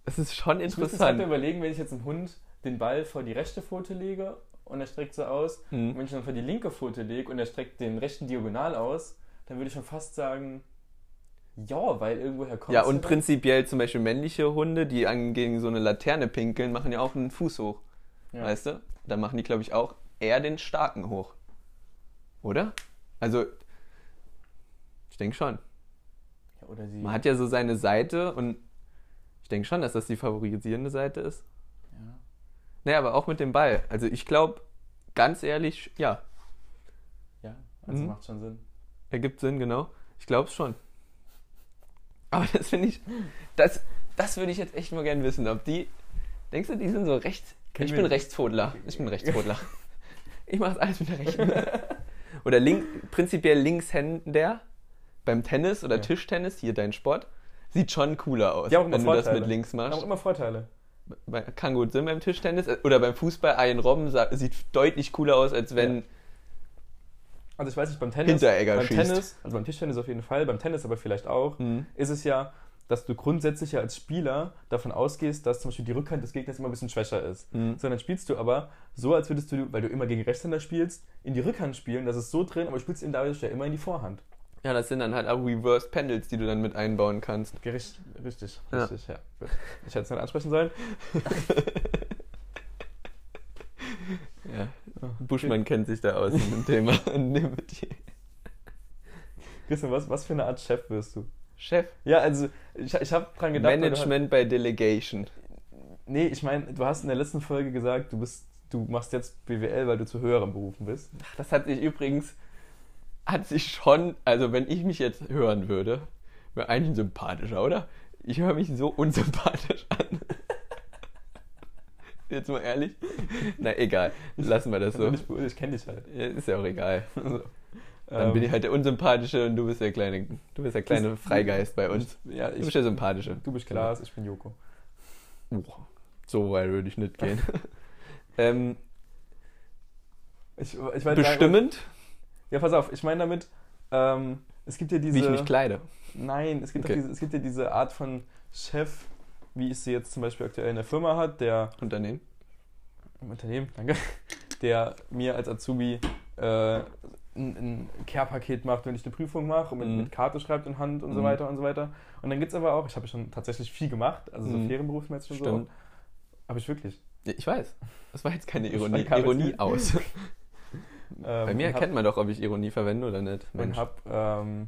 S2: Das ist schon
S1: ich müsste jetzt halt
S2: interessant.
S1: überlegen, wenn ich jetzt einem Hund den Ball vor die rechte Pfote lege und er streckt so aus,
S2: Mhm.
S1: und wenn ich dann vor die linke Pfote lege und er streckt den rechten diagonal aus, dann würde ich schon fast sagen, ja, weil irgendwoher kommt
S2: Ja,
S1: es
S2: und
S1: dann.
S2: prinzipiell zum Beispiel männliche Hunde, die an, gegen so eine Laterne pinkeln, machen ja auch einen Fuß hoch.
S1: Ja.
S2: Weißt du? Da machen die, glaube ich, auch eher den starken hoch. Oder? Also, ich denke schon.
S1: Ja, Oder sie.
S2: Man hat ja so seine Seite und ich denke schon, dass das die favorisierende Seite ist.
S1: Ja.
S2: Naja, aber auch mit dem Ball. Also ich glaube, ganz ehrlich, ja,
S1: Ja, also
S2: Mhm.
S1: macht schon Sinn.
S2: ergibt Sinn, genau. Ich glaube es schon. Aber das finde ich, das, das würde ich jetzt echt mal gern wissen, ob die, denkst du, die sind so rechts,
S1: Können
S2: ich
S1: wir-
S2: bin Rechtspfodler, ich bin Rechtspfodler. Ich mache alles mit der Rechten. Oder link, prinzipiell Linkshänder beim Tennis oder
S1: Ja.
S2: Tischtennis, hier dein Sport, sieht schon cooler aus,
S1: Die haben auch
S2: wenn
S1: immer
S2: du das
S1: Vorteile.
S2: mit links
S1: Haben
S2: machst.
S1: auch immer Vorteile.
S2: Bei- kann gut sein beim Tischtennis äh, oder beim Fußball. Ian Robben sa- sieht deutlich cooler aus, als wenn.
S1: Also ich weiß nicht, beim Tennis,
S2: Hinteregger
S1: beim
S2: schießt. Hm.
S1: Tennis, also beim Tischtennis auf jeden Fall, beim Tennis aber vielleicht auch, ist es ja, dass du grundsätzlich ja als Spieler davon ausgehst, dass zum Beispiel die Rückhand des Gegners immer ein bisschen schwächer ist.
S2: Mhm.
S1: Sondern spielst du aber so, als würdest du, weil du immer gegen Rechtshänder spielst, in die Rückhand spielen, das ist so drin, aber du spielst eben dadurch ja immer in die Vorhand.
S2: Ja, das sind dann halt auch Reverse Pendels, die du dann mit einbauen kannst.
S1: Richtig, richtig,
S2: Ja.
S1: richtig, ja. Gut. Ich hätte es nicht ansprechen sollen.
S2: Ja. Buschmann kennt sich da aus in dem Thema. in dem Metier.
S1: Christian, was, was für eine Art Chef wirst du?
S2: Chef.
S1: Ja, also ich, ich habe dran gedacht, weil du halt-
S2: Management by Delegation.
S1: Nee, ich meine, du hast in der letzten Folge gesagt, du bist, du machst jetzt BWL, weil du zu höheren Berufen bist.
S2: Ach, das hat sich übrigens, hat sich schon, also wenn ich mich jetzt hören würde, wäre eigentlich ein sympathischer, oder? Ich höre mich so unsympathisch an. Jetzt mal ehrlich. Na egal, lassen wir das
S1: Also
S2: so.
S1: nicht beurteilt, ich kenne dich halt.
S2: Ja, Ist ja auch egal.
S1: Also,
S2: Dann
S1: ähm,
S2: bin ich halt der Unsympathische und du bist der kleine, du bist der kleine Freigeist bei uns.
S1: Ja,
S2: Du bist
S1: ich,
S2: der Sympathische.
S1: du bist Klaas, ich bin Joko.
S2: Uah, So weit würde ich nicht gehen. ähm,
S1: Ich, ich weiß gar nicht-
S2: bestimmend,
S1: Ja, pass auf, ich meine damit, ähm, es gibt ja diese.
S2: wie ich mich kleide.
S1: Nein, es gibt,
S2: Okay.
S1: auch diese, es gibt ja diese Art von Chef, wie ich sie jetzt zum Beispiel aktuell in der Firma hat, der
S2: Unternehmen.
S1: im Unternehmen, danke, der mir als Azubi äh, ein, ein Care-Paket macht, wenn ich eine Prüfung mache und mit,
S2: Mhm.
S1: mit Karte schreibt in Hand und so
S2: Mhm.
S1: weiter und so weiter. Und dann gibt es aber auch, ich habe schon tatsächlich viel gemacht, also so
S2: Mhm.
S1: ferienberufsmäßig und so.
S2: Stimmt.
S1: Habe ich wirklich.
S2: Ja, Ich weiß. Das war jetzt keine
S1: Ich
S2: Ironie,
S1: kam jetzt
S2: Ironie
S1: nicht.
S2: aus.
S1: Ähm,
S2: Bei mir
S1: und hab-
S2: erkennt man doch, ob ich Ironie verwende oder nicht.
S1: Und habe ähm,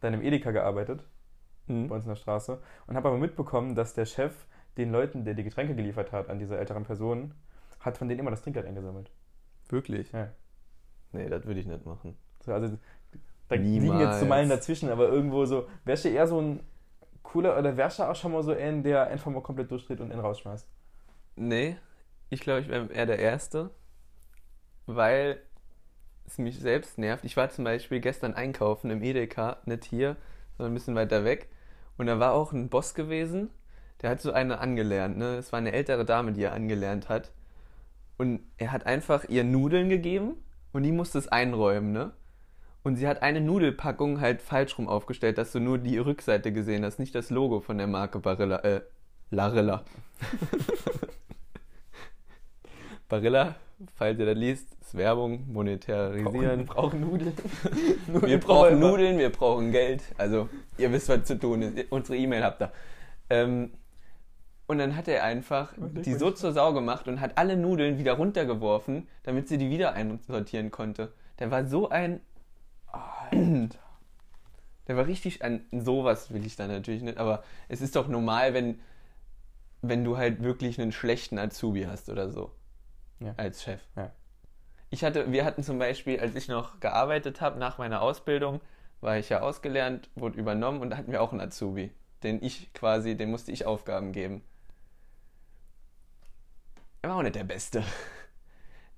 S1: dann im Edeka gearbeitet, bei
S2: Mhm.
S1: uns in der Straße. Und habe aber mitbekommen, dass der Chef den Leuten, der die Getränke geliefert hat, an diese älteren Personen, hat von denen immer das Trinkgeld eingesammelt.
S2: Wirklich?
S1: Ja.
S2: Nee, das würde ich nicht machen.
S1: So, also da liegen jetzt
S2: Niemals.
S1: so Meilen dazwischen, aber irgendwo so, wärst du eher so ein cooler oder wärst du auch schon mal so ein, der einfach mal komplett durchdreht und ihn rausschmeißt?
S2: Nee, ich glaube, ich wäre eher der Erste, weil es mich selbst nervt. Ich war zum Beispiel gestern einkaufen im Edeka, nicht hier, sondern ein bisschen weiter weg. Und da war auch ein Boss gewesen, der hat so eine angelernt. Ne? Es war eine ältere Dame, die er angelernt hat. Und er hat einfach ihr Nudeln gegeben und die musste es einräumen. Ne? Und sie hat eine Nudelpackung halt falsch rum aufgestellt, dass du nur die Rückseite gesehen hast, nicht das Logo von der Marke Barilla. Äh, Larilla. Barilla, falls ihr das liest, ist Werbung, monetarisieren.
S1: brauchen Nudeln.
S2: Wir brauchen Nudeln, wir brauchen Geld. Also, ihr wisst, was zu tun ist. Unsere E-Mail habt ihr. Ähm, und dann hat er einfach
S1: Überleg
S2: die
S1: mal,
S2: so
S1: ich-
S2: zur Sau gemacht und hat alle Nudeln wieder runtergeworfen, damit sie die wieder einsortieren konnte. Der war so ein. Der war richtig ein. Sowas will ich da natürlich nicht, aber es ist doch normal, wenn, wenn du halt wirklich einen schlechten Azubi hast oder so.
S1: Ja.
S2: Als Chef.
S1: Ja.
S2: Ich hatte, wir hatten zum Beispiel, als ich noch gearbeitet habe, nach meiner Ausbildung, war ich ja ausgelernt, wurde übernommen und da hatten wir auch einen Azubi, den ich quasi, den musste ich Aufgaben geben. Er war auch nicht der Beste.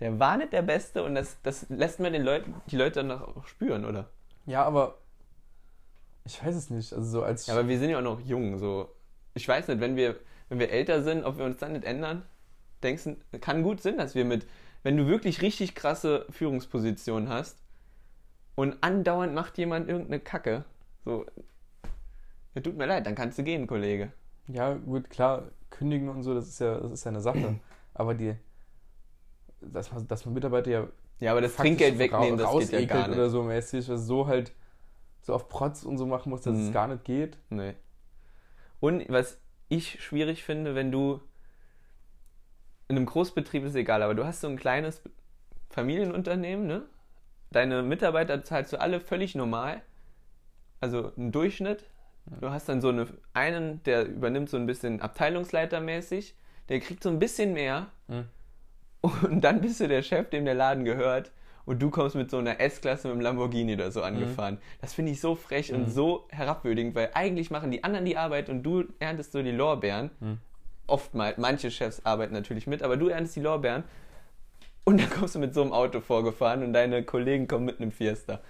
S2: Der war nicht der Beste und das, das lässt man den Leuten, die Leute dann auch spüren, oder?
S1: Ja, aber ich weiß es nicht. Also so als
S2: Ja, aber wir sind ja auch noch jung, so. Ich weiß nicht, wenn wir, wenn wir älter sind, ob wir uns dann nicht ändern. Denkst du, kann gut sein, dass wir mit, wenn du wirklich richtig krasse Führungsposition hast und andauernd macht jemand irgendeine Kacke, so. Ja, tut mir leid, dann kannst du gehen, Kollege.
S1: Ja, gut, klar, kündigen und so, das ist ja, das ist ja eine Sache. Aber die, dass man, dass man Mitarbeiter ja
S2: Ja, aber das
S1: faktisch
S2: Trinkgeld
S1: ra-
S2: wegnehmen, das geht ja
S1: rausekelt
S2: gar
S1: oder
S2: nicht.
S1: so mäßig, also so halt so auf Protz und so machen muss, dass
S2: Mhm.
S1: es gar nicht geht.
S2: Nee. Und was ich schwierig finde, wenn du in einem Großbetrieb ist egal, aber du hast so ein kleines Familienunternehmen, ne? Deine Mitarbeiter zahlst du alle völlig normal, also einen Durchschnitt. Du hast dann so eine, einen, der übernimmt so ein bisschen abteilungsleitermäßig, der kriegt so ein bisschen mehr
S1: Mhm.
S2: und dann bist du der Chef, dem der Laden gehört und du kommst mit so einer S-Klasse mit einem Lamborghini oder so angefahren. Das finde ich so frech und so herabwürdigend, weil eigentlich machen die anderen die Arbeit und du erntest so die Lorbeeren. Oftmals, manche Chefs arbeiten natürlich mit, aber du erntest die Lorbeeren und dann kommst du mit so einem Auto vorgefahren und deine Kollegen kommen mit einem Fiesta.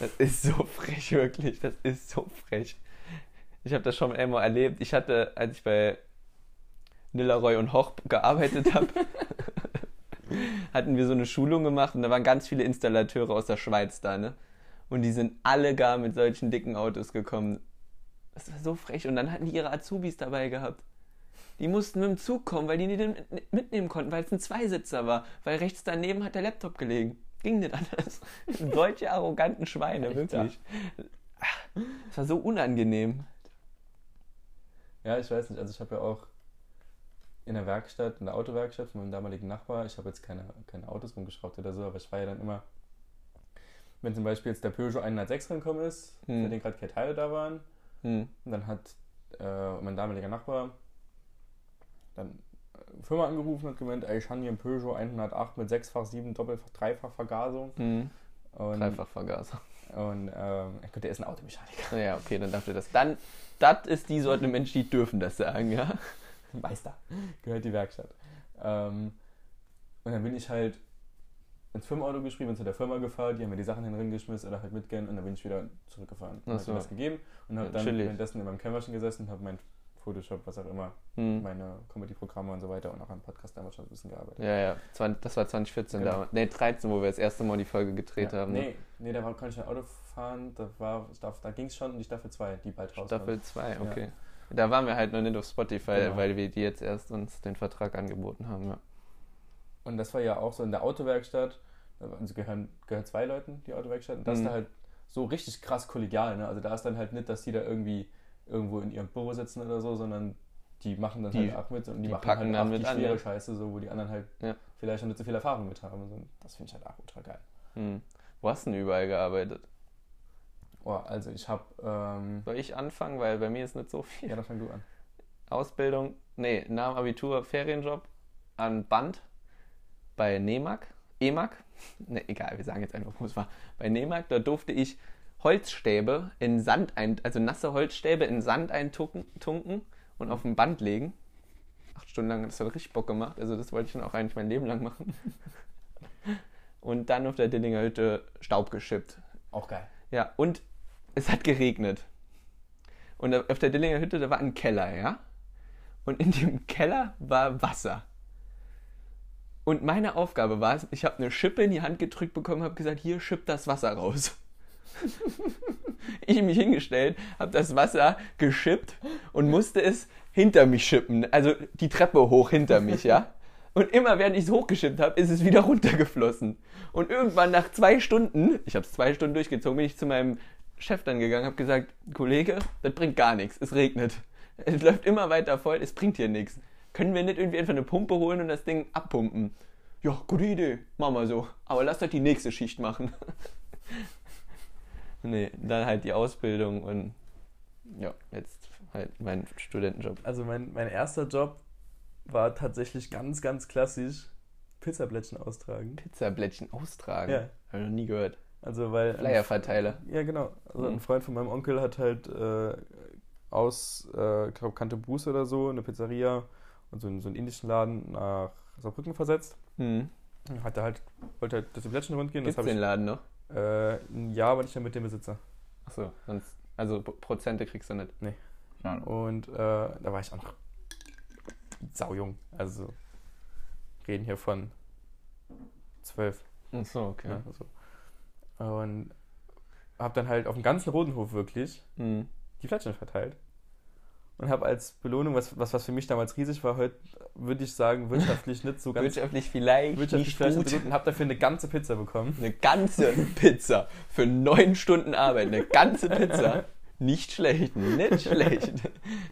S2: Das ist so frech, wirklich. Das ist so frech. Ich habe das schon einmal erlebt. Ich hatte, als ich bei Nillaroy und Hoch gearbeitet habe, hatten wir so eine Schulung gemacht und da waren ganz viele Installateure aus der Schweiz da, ne? Und die sind alle gar mit solchen dicken Autos gekommen. Das war so frech. Und dann hatten die ihre Azubis dabei gehabt. Die mussten mit dem Zug kommen, weil die die den mitnehmen konnten, weil es ein Zweisitzer war. Weil rechts daneben hat der Laptop gelegen. Ging nicht anders. Solche arroganten Schweine,
S1: Echt, ja.
S2: wirklich. Das war so unangenehm.
S1: Ja, ich weiß nicht, also ich habe ja auch in der Werkstatt, in der Autowerkstatt von meinem damaligen Nachbar, ich habe jetzt keine, keine Autos rumgeschraubt oder so, aber ich war ja dann immer, wenn zum Beispiel jetzt der Peugeot 106 rangekommen ist,
S2: Hm.
S1: für den gerade keine Teile da waren,
S2: Hm.
S1: Und dann hat äh, mein damaliger Nachbar dann äh, Firma angerufen und gemeint, ey, ich habe hier einen Peugeot 108 mit 6-fach, 7, Doppelfach, Dreifach Vergasung.
S2: Hm.
S1: Und,
S2: Dreifach Vergaser.
S1: und ähm, gut, der ist ein Automechaniker.
S2: Naja, okay, dann darf ihr das. Dann, das ist die Sorte Mensch, die dürfen das sagen, ja?
S1: Meister. Gehört die Werkstatt. Ähm, und dann bin ich halt ins Firmenauto geschrieben, bin zu der Firma gefahren, die haben mir die Sachen hingeschmissen oder halt mitgegangen und dann bin ich wieder zurückgefahren. Und
S2: Ach
S1: hab
S2: so.
S1: mir das gegeben und habe
S2: Ja,
S1: dann
S2: chillig.
S1: währenddessen in meinem Kämmerchen gesessen und habe mein Photoshop, was auch immer,
S2: Hm.
S1: meine Comedy-Programme und so weiter und auch am Podcast damals schon ein bisschen gearbeitet.
S2: Ja, ja, Zwan- das war 2014
S1: Genau.
S2: damals. Nee, 13, wo wir das erste Mal die Folge gedreht
S1: Ja.
S2: haben. Ne?
S1: Nee, nee, da war, konnte ich nicht Auto fahren, da, war, da, da ging es schon in die Staffel 2, die bald rauskam.
S2: Staffel 2, okay. Da waren wir halt noch nicht auf Spotify,
S1: Genau.
S2: weil wir die jetzt erst uns den Vertrag angeboten haben. Ja.
S1: Und das war ja auch so in der Autowerkstatt,
S3: also gehören, gehört zwei Leuten die Autowerkstatt und das
S2: Mhm.
S3: ist da halt so richtig krass kollegial. Ne? Also da ist dann halt nicht, dass die da irgendwie irgendwo in ihrem Büro sitzen oder so, sondern die machen dann
S2: Die-
S3: halt auch mit und die,
S2: die
S3: machen
S2: packen
S3: halt
S2: dann
S3: auch
S2: mit
S3: die
S2: an,
S3: schwere
S2: ja.
S3: Scheiße, so, wo die anderen halt
S2: Ja.
S3: vielleicht noch nicht so viel Erfahrung mit haben. Also das finde ich halt auch ultra geil.
S2: Hm. Wo hast du denn überall gearbeitet?
S3: Oh, also ich habe, ähm,
S2: Soll ich anfangen? Weil bei mir ist nicht so viel.
S3: ja, dann fang du an.
S2: Ausbildung, nee, nach dem Abitur Ferienjob an Band bei Nemag, EMAG, ne, egal, wir sagen jetzt einfach, wo es war. Bei Nemag, da durfte ich Holzstäbe in Sand ein, also nasse Holzstäbe in Sand eintunken tunken und auf ein Band legen. Acht Stunden lang, das hat richtig Bock gemacht. Also das wollte ich dann auch eigentlich mein Leben lang machen. Und dann auf der Dillinger Hütte Staub geschippt.
S3: Auch geil.
S2: Ja, und es hat geregnet. Und auf der Dillinger Hütte, da war ein Keller, ja? Und in dem Keller war Wasser. Und meine Aufgabe war es, ich habe eine Schippe in die Hand gedrückt bekommen, habe gesagt, hier schippt das Wasser raus. ich hab mich hingestellt, habe das Wasser geschippt und musste es hinter mich schippen, also die Treppe hoch hinter mich, ja. Und immer während ich es hochgeschippt habe, ist es wieder runtergeflossen. Und irgendwann nach zwei Stunden, ich habe es zwei Stunden durchgezogen, bin ich zu meinem Chef dann gegangen, habe gesagt, Kollege, das bringt gar nichts, es regnet. Es läuft immer weiter voll, es bringt hier nichts. Können wir nicht irgendwie einfach eine Pumpe holen und das Ding abpumpen? Ja, gute Idee, machen wir so. Aber lass doch die nächste Schicht machen. nee, dann halt die Ausbildung und ja, jetzt halt mein Studentenjob.
S1: Also mein, mein erster Job war tatsächlich ganz, ganz klassisch Pizzablättchen austragen.
S2: Pizzablättchen austragen.
S1: Ja.
S2: Hab ich noch nie gehört.
S1: Also weil
S2: Flyerverteiler.
S1: Ja, genau. Also
S2: Mhm.
S1: ein Freund von meinem Onkel hat halt äh, aus, äh, ich glaube, Kante Buß oder so, eine Pizzeria und so, einen- so einen indischen Laden nach Saarbrücken versetzt.
S2: Hm.
S1: Und Hat er halt, wollte halt durch die Plättchen rundgehen.
S2: Gibt's
S1: Das habe
S2: den
S1: ich.
S2: Laden noch?
S1: Äh, ein Jahr war ich dann mit dem Besitzer.
S2: Achso, sonst. Also P- Prozente kriegst du nicht.
S1: Nee.
S2: Schade.
S1: Und äh, da war ich auch noch saujung. Also reden hier von zwölf.
S2: Achso, okay.
S1: Ne? So. Und habe dann halt auf dem ganzen Rodenhof wirklich
S2: Hm.
S1: die Flaschen verteilt. Und habe als Belohnung, was, was, was für mich damals riesig war, heute würde ich sagen, wirtschaftlich nicht so ganz
S2: Wirtschaftlich vielleicht
S1: wirtschaftlich
S2: nicht
S1: vielleicht
S2: gut.
S1: nicht so gut und habe dafür eine ganze Pizza bekommen.
S2: Eine ganze Pizza für neun Stunden Arbeit. Eine ganze Pizza. Nicht schlecht, nicht schlecht.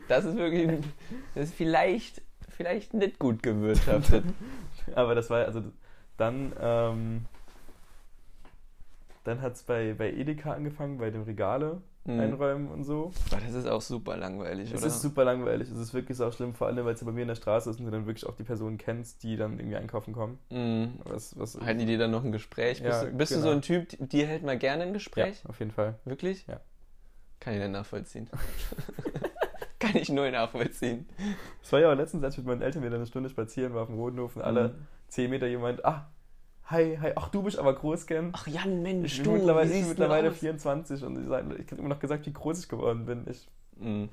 S2: Das ist wirklich, ein- das ist vielleicht, vielleicht nicht gut gewirtschaftet.
S1: Aber das war, also dann, ähm, dann hat es bei, bei Edeka angefangen, bei dem Regale
S2: Mhm.
S1: einräumen und so.
S2: Aber das ist auch super langweilig,
S1: Es
S2: oder?
S1: ist super langweilig, es ist wirklich auch schlimm, vor allem, weil es ja bei mir in der Straße ist und du dann wirklich auch die Personen kennst, die dann irgendwie einkaufen kommen.
S2: Mhm.
S1: Was, was
S2: Halten die dir dann noch ein Gespräch? Bist,
S1: Ja,
S2: du, bist du
S1: genau.
S2: so ein Typ, dir hält mal gerne ein
S1: ja,
S2: Gespräch?
S1: auf jeden Fall.
S2: Wirklich?
S1: Ja.
S2: Kann ich nicht nachvollziehen. Kann ich null nachvollziehen.
S1: Es war ja auch letztens, als ich mit meinen Eltern wieder eine Stunde spazieren war auf dem Rodenhof und alle
S2: Mhm.
S1: zehn Meter jemand, ah, hi, hi, ach, du bist aber groß, gell?
S2: Ach Jan,
S1: Ich
S2: Mensch,
S1: bin
S2: du,
S1: mittlerweile,
S2: wie
S1: ich bin
S2: siehst du
S1: mittlerweile
S2: aus?
S1: 24 und ich, sag- ich krieg immer noch gesagt, wie groß ich geworden bin. Ich,
S2: Mhm.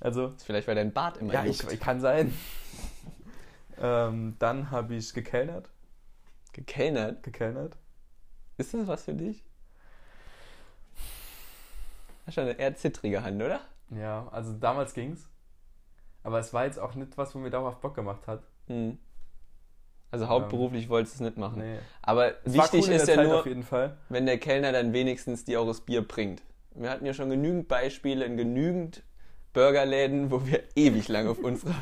S1: also,
S2: Vielleicht weil dein Bart immer
S1: ja, ich,
S2: juckt.
S1: kann sein. ähm, dann habe ich gekellnert,
S2: Gekellnert.
S1: gekellnert.
S2: Ist das was für dich? Hast schon eine eher zittrige Hand, oder?
S1: Ja, also damals ging's. Aber es war jetzt auch nicht was, wo mir dauerhaft Bock gemacht hat.
S2: Mhm. Also hauptberuflich wolltest du es nicht machen. Aber
S1: Ähm. Es war
S2: Mhm. wichtig
S1: cool in
S2: ist
S1: der
S2: ja
S1: Zeit
S2: nur,
S1: auf jeden Fall.
S2: wenn der Kellner dann wenigstens dir auch das Bier bringt. Wir hatten ja schon genügend Beispiele in genügend Burgerläden, wo wir ewig lang auf unsere,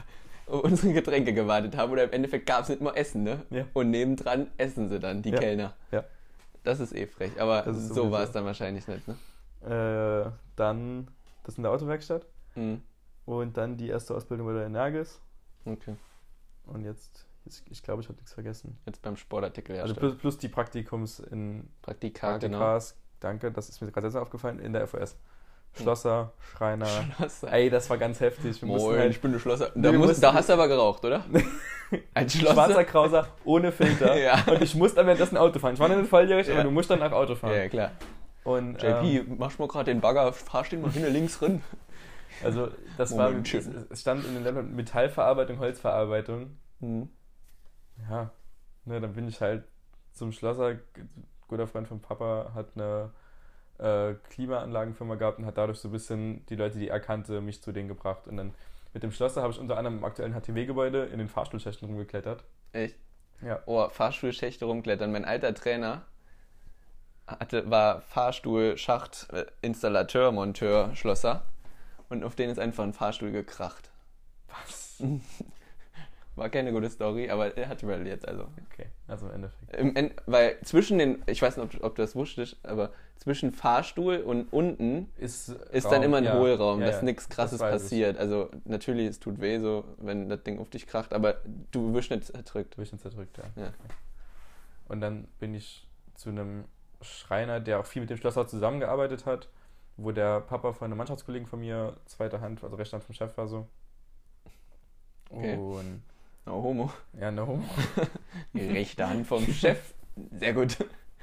S2: auf unsere Getränke gewartet haben. Oder im Endeffekt gab es nicht mal Essen, ne?
S1: Ja.
S2: Und nebendran essen sie dann, die
S1: Ja.
S2: Kellner.
S1: Ja.
S2: Das ist eh frech, aber
S1: Das ist
S2: so war
S1: sowieso.
S2: es dann wahrscheinlich nicht, ne?
S1: Äh, dann das in der Autowerkstatt
S2: Mhm.
S1: und dann die erste Ausbildung bei der Energis.
S2: Okay.
S1: Und jetzt, jetzt ich glaube, ich habe nichts vergessen.
S2: Jetzt beim Sportartikel
S1: also plus, plus die Praktikums in
S2: Praktika, genau. Hm.
S1: Praktikas. Danke, das ist mir gerade selbst aufgefallen, in der FOS. Schlosser, Schreiner.
S2: genau. Schlosser.
S1: Ey, das war ganz heftig. Wir mussten
S2: Moin,
S1: halt
S2: ich bin ein Schlosser.
S1: Nee,
S2: Da,
S1: wir
S2: musst,
S1: mussten-
S2: da hast du aber geraucht, oder? Als
S1: schwarzer
S2: Schlosser?
S1: Krauser ohne Filter.
S2: Ja.
S1: Und ich musste währenddessen Auto fahren. Ich war noch nicht volljährig,
S2: Ja.
S1: aber du musst danach Auto fahren.
S2: Ja, klar.
S1: Und,
S2: JP,
S1: Ähm,
S2: mach mal gerade den Bagger, fahr den mal hin, links rin.
S1: also, das war, es,
S2: Momentchen.
S1: es stand in den Ländern Metallverarbeitung, Holzverarbeitung. Ja, ne, dann bin ich halt zum Schlosser. Guter Freund von Papa hat eine äh, Klimaanlagenfirma gehabt und hat dadurch so ein bisschen die Leute, die er kannte, mich zu denen gebracht. Und dann mit dem Schlosser habe ich unter anderem im aktuellen HTW-Gebäude in den Fahrstuhlschächten rumgeklettert.
S2: Echt?
S1: Ja.
S2: Oh, Fahrschulschächte rumklettern. Mein alter Trainer, hatte, war Fahrstuhl, Schacht, äh, Installateur, Monteur, Schlosser. Und auf den ist einfach ein Fahrstuhl gekracht.
S1: Was?
S2: War keine gute Story, aber er hat überlebt, also.
S1: Okay, also im Endeffekt.
S2: Im End, weil zwischen den, ich weiß nicht, ob, du- ob du das wusstest, aber zwischen Fahrstuhl und unten
S1: Ist,
S2: ist dann immer ein Hohlraum,
S1: Ja,
S2: dass
S1: ja.
S2: nichts Krasses
S1: Das weiß ich.
S2: passiert. Also natürlich, es tut weh, so, wenn das Ding auf dich kracht, aber du wirst nicht erdrückt.
S1: Durch ihn zerdrückt, ja.
S2: Ja.
S1: Und dann bin ich zu einem Schreiner, der auch viel mit dem Schlosser zusammengearbeitet hat, wo der Papa von einem Mannschaftskollegen von mir, zweite Hand, also rechte Hand vom Chef war so.
S2: Okay.
S1: Und
S2: Oh, Homo.
S1: ja, no.
S2: Die rechte Hand vom Chef. Sehr gut.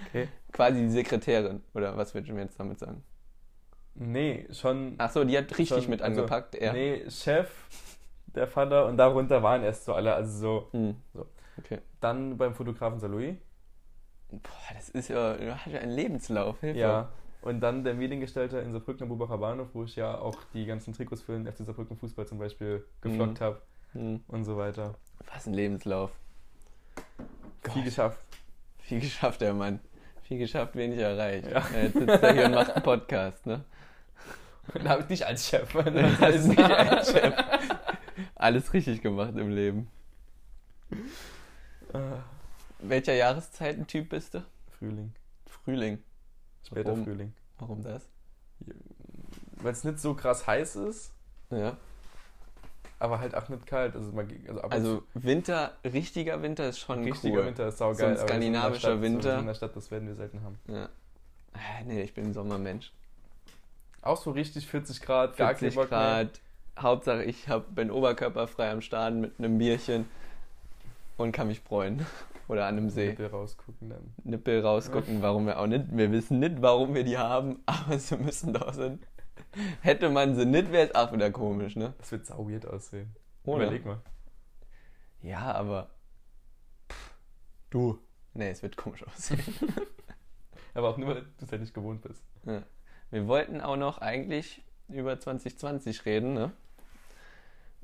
S1: Okay.
S2: Quasi die Sekretärin, oder was willst du mir jetzt damit sagen?
S1: Nee, schon.
S2: Ach so, die hat richtig
S1: Schon,
S2: mit
S1: also,
S2: angepackt, er.
S1: Nee, Chef, der Vater und darunter waren erst so alle. Also so.
S2: Hm.
S1: So.
S2: Okay.
S1: Dann beim Fotografen Saloui.
S2: Boah, das ist ja, du hast ja einen Lebenslauf. Hilfe.
S1: Ja. Und dann der Mediengestalter in Saarbrücken am Bubacher Bahnhof, wo ich ja auch die ganzen Trikots für den FC Saarbrücken Fußball zum Beispiel geflockt habe
S2: Hm.
S1: und so weiter.
S2: Was ein Lebenslauf.
S1: Viel geschafft.
S2: Viel geschafft, der Mann. Viel geschafft, wenig erreicht.
S1: Ja.
S2: Ja, Jetzt sitzt er hier und macht einen Podcast, ne?
S1: Dann habe ich dich als Chef.
S2: Das heißt nicht, ey, Chef. Alles richtig gemacht im Leben. Welcher Jahreszeitentyp bist du?
S1: Ah, Frühling.
S2: Frühling.
S1: Später
S2: Warum?
S1: Frühling.
S2: Warum das?
S1: Weil es nicht so krass heiß ist,
S2: Ja.
S1: aber halt auch nicht kalt. Also, man, ge- also, ab und
S2: Also Winter, richtiger Winter ist schon
S1: zu-
S2: cool.
S1: richtiger Winter ist saugeil.
S2: So ein
S1: aber das ist in der
S2: skandinavischer
S1: Stadt- so
S2: Winter.
S1: In der Stadt, das werden wir selten haben.
S2: Ja. Ah, Nee, ich bin ein Sommermensch.
S1: Auch so richtig 40 Grad, gar kein
S2: 40
S1: Bock mehr.
S2: Grad. Hauptsache, ich hab, bin oberkörperfrei am Start mit einem Bierchen und kann mich freuen. Oder an einem See.
S1: Nippel rausgucken dann.
S2: Nippel rausgucken, warum wir auch nicht. Wir wissen nicht, warum wir die haben, aber sie müssen da sein. Hätte man sie nicht, wäre es auch wieder komisch, ne?
S1: Das wird sau weird aussehen.
S2: Oder?
S1: Überleg mal.
S2: Ja, aber. pff, Du. Nee, es wird komisch aussehen.
S1: Aber auch nur, weil du es halt nicht gewohnt bist.
S2: ja. Wir wollten auch noch eigentlich über 2020 reden, ne?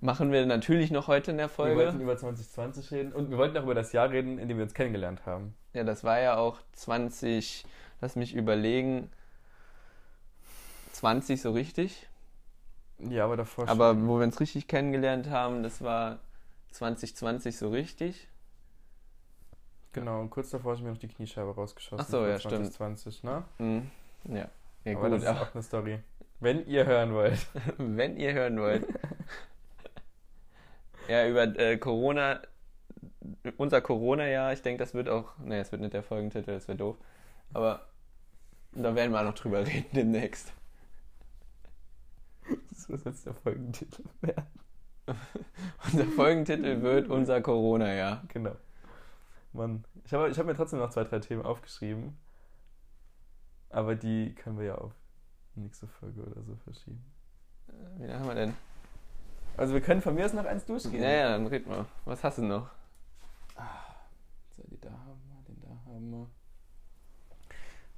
S2: Machen wir natürlich noch heute in der
S1: Wir wollten
S2: Folge.
S1: über 2020 reden und wir wollten auch über das Jahr reden, in dem wir uns kennengelernt haben.
S2: Ja, das war ja auch 20. Lass mich überlegen. 20 so richtig.
S1: Ja, aber davor schon.
S2: Aber wo wir uns richtig kennengelernt haben, das war 2020 so richtig.
S1: Genau, kurz davor habe ich mir noch die Kniescheibe rausgeschossen.
S2: Ach so,
S1: für
S2: ja, stimmt.
S1: 2020, ne?
S2: Hm, Ja. Ja,
S1: aber
S2: gut.
S1: das ist
S2: Aber
S1: auch eine Story. Wenn ihr hören wollt.
S2: wenn ihr hören wollt. ja, über äh, Corona, unser Corona-Jahr, ich denke, das wird auch, nee, es wird nicht der Folgentitel, das wäre doof. Aber da werden wir auch noch drüber reden demnächst.
S1: Das muss jetzt der Folgentitel werden.
S2: Unser Folgentitel wird unser Corona-Jahr.
S1: Genau. Mann. Ich habe ich hab mir trotzdem noch zwei, drei Themen aufgeschrieben. Aber die können wir ja auf nächste Folge oder so verschieben.
S2: Äh, Wie lange haben wir denn?
S1: Also wir können von mir aus noch eins durchgehen.
S2: Ja, ja, dann red mal. Was hast du noch?
S1: So, die da haben wir, den da haben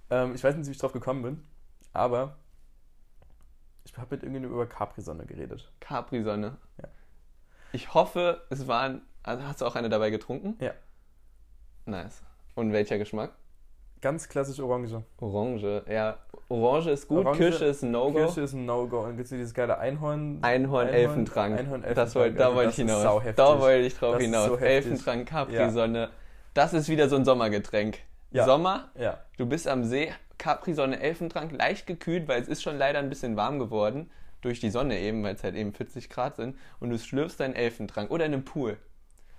S1: wir. Ähm, ich weiß nicht, wie ich drauf gekommen bin, aber ich habe mit irgendjemandem über Capri-Sonne geredet.
S2: Capri-Sonne.
S1: Ja.
S2: Ich hoffe, es waren. Also hast du auch eine dabei getrunken?
S1: Ja.
S2: Nice. Und welcher Geschmack?
S1: Ganz klassisch Orange.
S2: Orange. Ja, Orange ist gut,
S1: Orange,
S2: Kirsche ist ein No-Go.
S1: Kirsche ist ein No-Go. Und gibt's hier dieses geile Einhorn.
S2: Einhorn, Elfentrank.
S1: Einhorn, Elfentrank.
S2: Das wollte, da
S1: Also
S2: wollte ich
S1: das ist
S2: hinaus.
S1: sauheftig.
S2: Da wollte ich drauf
S1: Das ist
S2: hinaus.
S1: so heftig.
S2: Elfentrank, Capri-Sonne. Das ist wieder so ein Sommergetränk.
S1: Ja.
S2: Sommer,
S1: Ja,
S2: du bist am See, Capri-Sonne, Elfentrank, leicht gekühlt, weil es ist schon leider ein bisschen warm geworden. Durch die Sonne eben, weil es halt eben 40 Grad sind. Und du schlürfst deinen Elfentrank oder in einem Pool.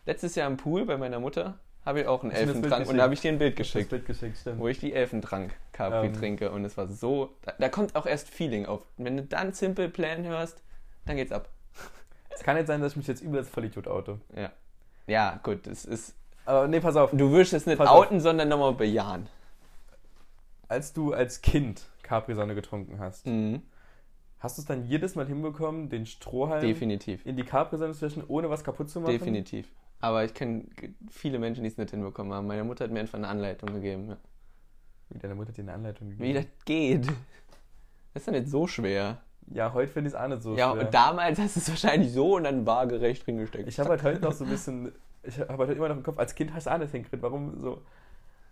S2: Letztes Jahr im Pool bei meiner Mutter habe ich auch einen
S1: Hast du mir das Bild
S2: Elfentrank und
S1: geschickt?
S2: da habe ich dir ein Bild
S1: das
S2: geschickt,
S1: Bild geschickt, stimmt.
S2: wo ich die Elfentrank Capri
S1: Ähm.
S2: trinke. Und es war so. Da, da kommt auch erst Feeling auf. Und wenn du dann Simple Plan hörst, dann geht's ab.
S1: Es kann jetzt sein, dass ich mich jetzt übel als Vollidiot oute.
S2: Ja. Ja, gut, es ist.
S1: Aber nee, pass auf.
S2: Du wirst es nicht
S1: Pass auf.
S2: outen, sondern nochmal bejahen.
S1: Als du als Kind Capri-Sonne getrunken hast,
S2: Mhm.
S1: hast du es dann jedes Mal hinbekommen, den Strohhalm
S2: Ähm, Definitiv.
S1: in die Capri-Sonne zu stechen, ohne was kaputt zu machen?
S2: Definitiv. Aber ich kenne g- viele Menschen, die es nicht hinbekommen haben. Meine Mutter hat mir einfach eine Anleitung gegeben. Ja.
S1: Wie deine Mutter dir eine Anleitung gegeben
S2: Wie das geht. Das ist ja nicht so schwer.
S1: Ja, heute finde ich es auch nicht so
S2: ja,
S1: schwer.
S2: und damals hast du es wahrscheinlich so und dann waagerecht hingesteckt.
S1: ich habe halt heute noch so ein bisschen, ich habe halt heute immer noch im Kopf, als Kind hast du auch nicht hingekriegt, warum so?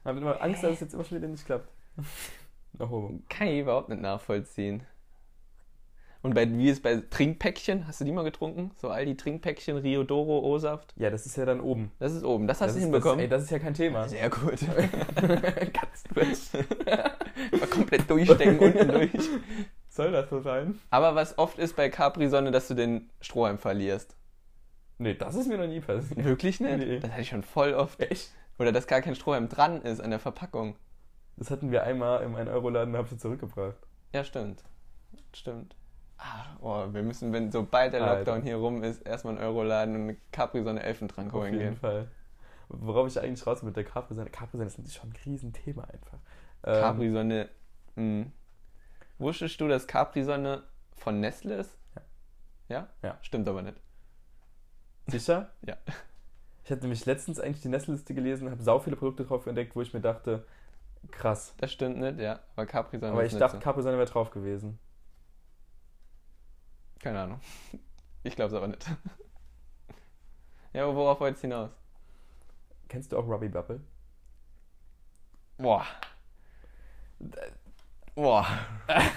S1: Ich habe immer Angst, dass es jetzt immer schon wieder nicht klappt. Nach oben.
S2: Kann ich überhaupt nicht nachvollziehen. Und bei, wie ist bei Trinkpäckchen? Hast du die mal getrunken? So all die Trinkpäckchen, Riodoro, O-Saft.
S1: Ja, das ist ja dann oben.
S2: Das ist oben. Das hast du
S1: ist,
S2: hinbekommen.
S1: Das, ey, das ist ja kein Thema.
S2: Sehr gut. Ganz durch. Mal komplett durchstecken unten durch.
S1: Soll das so sein?
S2: Aber was oft ist bei Capri-Sonne, dass du den Strohhalm verlierst.
S1: Nee, das ist mir noch nie passiert.
S2: Wirklich nicht?
S1: Nee.
S2: Das hatte ich schon voll oft.
S1: Echt?
S2: Oder dass gar kein Strohhalm dran ist an der Verpackung.
S1: Das hatten wir einmal im 1-Euro-Laden, da hab ich zurückgebracht.
S2: Ja, stimmt. Stimmt. Ah, oh, wir müssen, wenn sobald der
S1: Alter.
S2: Lockdown hier rum ist, erstmal einen Euro laden und eine Capri-Sonne Elfentrank
S1: Auf
S2: holen
S1: jeden
S2: gehen.
S1: Fall. Worauf ich eigentlich raus will mit der Capri-Sonne. Capri-Sonne ist schon ein Riesenthema einfach. Ähm,
S2: Capri-Sonne. mm. Wusstest du, dass Capri-Sonne von Nestle ist?
S1: Ja.
S2: Ja?
S1: Ja.
S2: Stimmt aber nicht.
S1: Sicher?
S2: Ja.
S1: Ich hatte nämlich letztens eigentlich die Nestliste gelesen, habe sau viele Produkte drauf entdeckt, wo ich mir dachte, krass.
S2: Das stimmt nicht, ja. Aber Capri-Sonne
S1: Aber
S2: ist
S1: ich
S2: nicht
S1: dachte,
S2: so.
S1: Capri-Sonne wäre drauf gewesen.
S2: Keine Ahnung. Ich glaub's aber nicht. ja, aber worauf wollt's hinaus?
S1: Kennst du auch Robbie Bubble?
S2: Boah. Boah.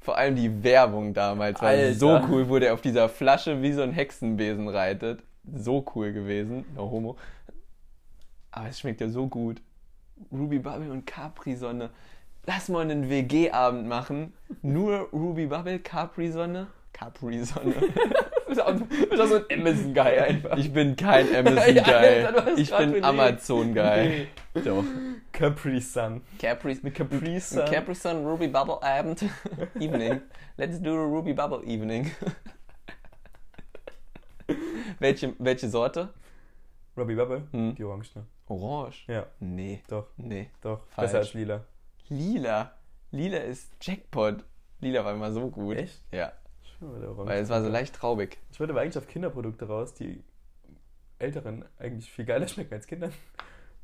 S2: Vor allem die Werbung damals war
S1: Alter.
S2: so cool, wo der auf dieser Flasche wie so ein Hexenbesen reitet. So cool gewesen. No homo. Aber es schmeckt ja so gut. Ruby Bubble und Capri-Sonne. Lass mal einen WG-Abend machen. Nur Ruby Bubble, Capri-Sonne. Capri-Sonne.
S1: Du bist auch, du bist auch so ein Amazon-Guy einfach.
S2: Ich bin kein Amazon-Guy.
S1: Ja, Alter, du hast
S2: ich
S1: grad
S2: bin
S1: belegt.
S2: Amazon-Guy. Doch.
S1: Capri-Sun.
S2: Capri,
S1: Eine Capri-Sun.
S2: Capri Sun Ruby Bubble Abend Evening. Let's do a Ruby Bubble Evening. welche, welche Sorte?
S1: Robbie Bubble?
S2: Hm.
S1: Die Orangene.
S2: Orange?
S1: Ja,
S2: Nee,
S1: doch,
S2: nee.
S1: doch.
S2: Falsch.
S1: Besser als lila.
S2: Lila. Lila ist Jackpot. Lila war immer so gut.
S1: Echt?
S2: Ja,
S1: Ich schwöre, der Orange.
S2: weil es war so leicht traubig.
S1: Ich wollte aber eigentlich auf Kinderprodukte raus, die Älteren eigentlich viel geiler schmecken als Kindern.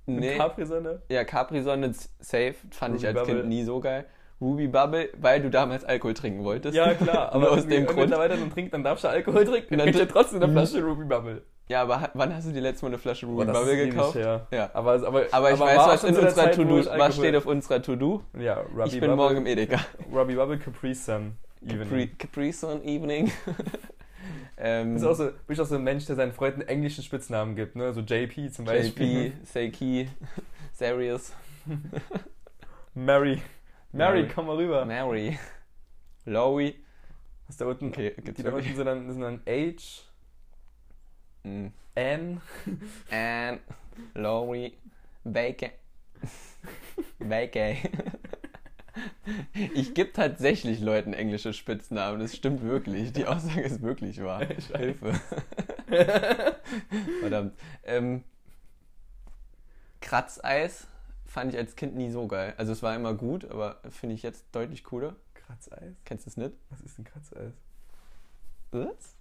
S1: Mit
S2: Nee.
S1: Capri-Sonne.
S2: Ja, Capri Sonne s- safe fand
S1: Ruby
S2: ich als
S1: Bubble.
S2: Kind nie so geil. Ruby Bubble, weil du damals Alkohol trinken wolltest.
S1: Ja, klar,
S2: Nur
S1: aber
S2: aus dem Grund.
S1: Wenn du weiter dann trinkt, dann darfst du Alkohol trinken. Dann
S2: Dann
S1: kriegst du
S2: tr- Mhm.
S1: trotzdem eine Flasche Ruby Bubble.
S2: Ja, aber ha- wann hast du dir letztes Mal eine Flasche Ruby
S1: das
S2: Bubble
S1: ist ewig
S2: gekauft?
S1: her.
S2: Ja.
S1: Aber, aber,
S2: Aber ich
S1: aber
S2: weiß,
S1: war
S2: was
S1: schon
S2: in
S1: zu der
S2: unserer
S1: Zeit, wo
S2: To-Do,
S1: ich Alkohol-
S2: was steht auf unserer To-Do?
S1: Ja, Ruby
S2: Ich bin
S1: Bubble,
S2: morgen im Edeka.
S1: Ruby Bubble Capri Sun Evening.
S2: Capri, Capri Sun Evening. ähm,
S1: Ist auch so, bin ich auch so ein Mensch, der seinen Freunden englischen Spitznamen gibt, ne? So JP zum Beispiel. ne?
S2: JP, Seiki, Sarius,
S1: Mary. Mary,
S2: Mary.
S1: komm mal rüber.
S2: Mary, Lowy.
S1: Hast da unten,
S2: Okay, gibt's
S1: die da unten
S2: wirklich.
S1: sind dann, sind dann H,
S2: Mm.
S1: N,
S2: Anne, Lowy, Bacon. Bacon. Ich gebe tatsächlich Leuten englische Spitznamen, das stimmt wirklich. Die Aussage ist wirklich wahr.
S1: Ich weiß.
S2: Hilfe. Verdammt. Ähm, Kratzeis fand ich als Kind nie so geil. Also es war immer gut, aber finde ich jetzt deutlich cooler.
S1: Kratzeis?
S2: Kennst du es nicht?
S1: Was ist denn Kratzeis?
S2: Was?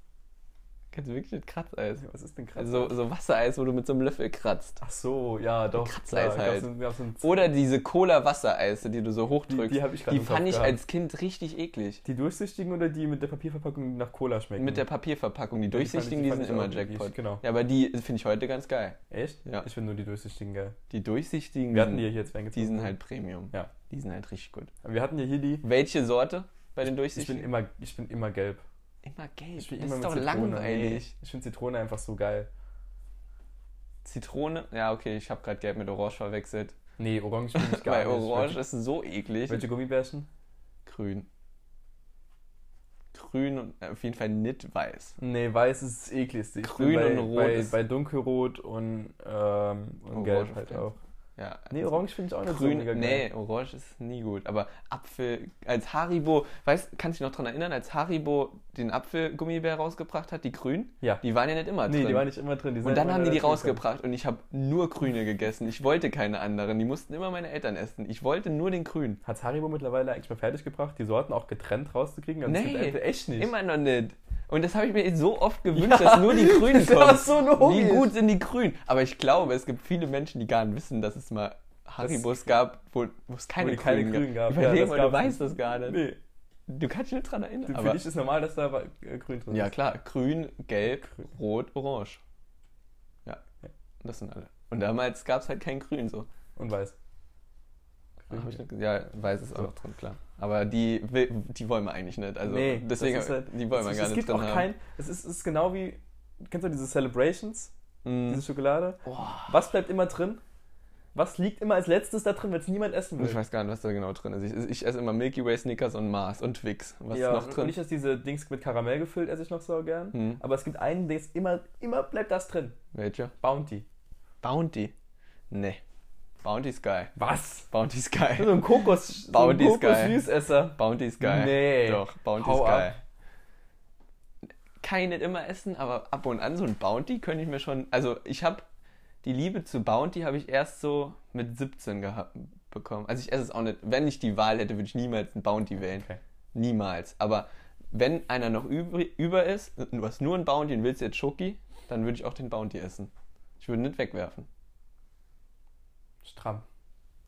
S2: Kennst du wirklich nicht Kratzeis?
S1: Was ist denn Kratzeis?
S2: Also so Wassereis, wo du mit so einem Löffel kratzt.
S1: Ach so, ja, doch.
S2: Kratzeis
S1: klar.
S2: halt.
S1: Gab's ein- gab's ein-
S2: Oder diese Cola-Wassereise, die du so
S1: die,
S2: hochdrückst.
S1: die habe ich gerade
S2: Die
S1: im
S2: fand
S1: Kopf
S2: ich
S1: gehabt.
S2: als Kind richtig eklig.
S1: Die durchsichtigen oder die mit der Papierverpackung, die nach Cola schmecken?
S2: Mit der Papierverpackung. Die
S1: Ja, die fand ich-
S2: durchsichtigen,
S1: die
S2: die
S1: fand
S2: sind
S1: ich auch
S2: immer
S1: eklig,
S2: Jackpot.
S1: genau.
S2: Ja, aber die finde ich heute ganz geil.
S1: Echt?
S2: Ja.
S1: Ich finde nur die durchsichtigen geil.
S2: Die durchsichtigen,
S1: Wir hatten
S2: die,
S1: die
S2: sind-
S1: hier jetzt eingezogen.
S2: die sind halt Premium.
S1: Ja.
S2: Die sind halt richtig gut.
S1: Wir hatten ja hier die.
S2: Welche Sorte bei
S1: Ich
S2: den
S1: bin
S2: durchsichtigen?
S1: immer, ich bin immer gelb.
S2: immer gelb.
S1: Ich bin
S2: das
S1: immer
S2: ist doch langweilig.
S1: Nee, Ich finde Zitrone einfach so geil.
S2: Zitrone? Ja, okay, ich habe gerade gelb mit Orange verwechselt.
S1: Nee, Orange finde ich geil.
S2: Weil Orange ist so eklig.
S1: Welche Gummibärchen?
S2: Grün. Grün und äh, auf jeden Fall nicht weiß.
S1: Nee, weiß ist das ekligste. Ich
S2: Grün
S1: bin bei,
S2: und rot
S1: Bei,
S2: ist- Oh,
S1: bei dunkelrot und, ähm, und
S2: Orange
S1: gelb halt
S2: vielleicht.
S1: auch.
S2: Ja,
S1: Nee,
S2: also
S1: Orange finde ich auch nicht so
S2: Grün,
S1: mega geil.
S2: nee, Orange ist nie gut. Aber Apfel, als Haribo, weißt kannst du dich noch dran erinnern, als Haribo den Apfelgummibär rausgebracht hat, die grün?
S1: Ja.
S2: Die waren ja nicht immer
S1: nee,
S2: drin.
S1: die waren nicht immer drin. Die sind
S2: und dann
S1: immer
S2: haben die
S1: in
S2: die
S1: der Tüte.
S2: rausgebracht und ich habe nur grüne gegessen. Ich wollte keine anderen. Die mussten immer meine Eltern essen. Ich wollte nur den grünen.
S1: Hat Haribo mittlerweile eigentlich mal fertig gebracht, die Sorten auch getrennt rauszukriegen? Also es gibt
S2: Nee,
S1: einfach- echt nicht.
S2: Immer noch nicht. Und das habe ich mir so oft gewünscht, dass nur die Grünen
S1: ist aber
S2: kommen.
S1: so logisch.
S2: Wie gut sind die Grünen? Aber ich glaube, es gibt viele Menschen, die gar nicht wissen, dass es mal Haribos gab, wo, wo es keine,
S1: die
S2: Grünen,
S1: keine Grünen
S2: gab.
S1: gab. Ja,
S2: Überleg
S1: das
S2: mal,
S1: gab's
S2: du weißt
S1: nicht.
S2: das gar nicht.
S1: Nee,
S2: Du kannst dich nicht dran erinnern.
S1: für
S2: Aber,
S1: dich ist normal, dass da äh, grün drin
S2: ja
S1: ist.
S2: klar, grün, gelb,
S1: Grün.
S2: rot, orange. Ja,
S1: Ja.
S2: das sind alle. Und damals gab es halt kein Grün so.
S1: Und weiß.
S2: Hab ich nicht, ja, weiß ist auch noch drin, klar. Aber die, will- die wollen wir eigentlich nicht. Also
S1: Nee, das
S2: deswegen,
S1: ist halt-
S2: die wollen wir
S1: es,
S2: gar
S1: es
S2: nicht
S1: gibt
S2: drin
S1: auch
S2: haben.
S1: kein. Es ist, es ist genau wie. Kennst du diese Celebrations?
S2: Mhm.
S1: Diese Schokolade? Was bleibt immer drin? Was liegt immer als letztes da drin, wenn es niemand essen will?
S2: Ich weiß gar nicht, was da genau drin ist. Ich, ich esse immer Milky Way, Snickers und Mars und Twix. Was
S1: ja,
S2: ist noch
S1: Und
S2: drin?
S1: ich esse diese Dings mit Karamell gefüllt, esse ich noch so gern.
S2: Hm.
S1: Aber es gibt einen, der ist immer, immer bleibt das drin.
S2: Welcher?
S1: Bounty.
S2: Bounty. Nee. Bounty ist geil.
S1: Was?
S2: Bounty ist
S1: So
S2: geil.
S1: ein Kokos, so ein
S2: Bounty ist geil.
S1: Kokos-Süßesser.
S2: Bounty ist geil.
S1: Nee.
S2: Doch, Bounty
S1: Hau
S2: ist geil.
S1: ab.
S2: Kann ich nicht immer essen, aber ab und an so ein Bounty könnte ich mir schon. Also ich habe die Liebe zu Bounty habe ich erst so mit 17 gehabt bekommen. Also ich esse es auch nicht. Wenn ich die Wahl hätte, würde ich niemals ein Bounty wählen.
S4: Okay.
S2: Niemals. Aber wenn einer noch über, über ist, du hast nur ein Bounty und willst jetzt Schoki, dann würde ich auch den Bounty essen. Ich würde nicht wegwerfen.
S4: Stramm.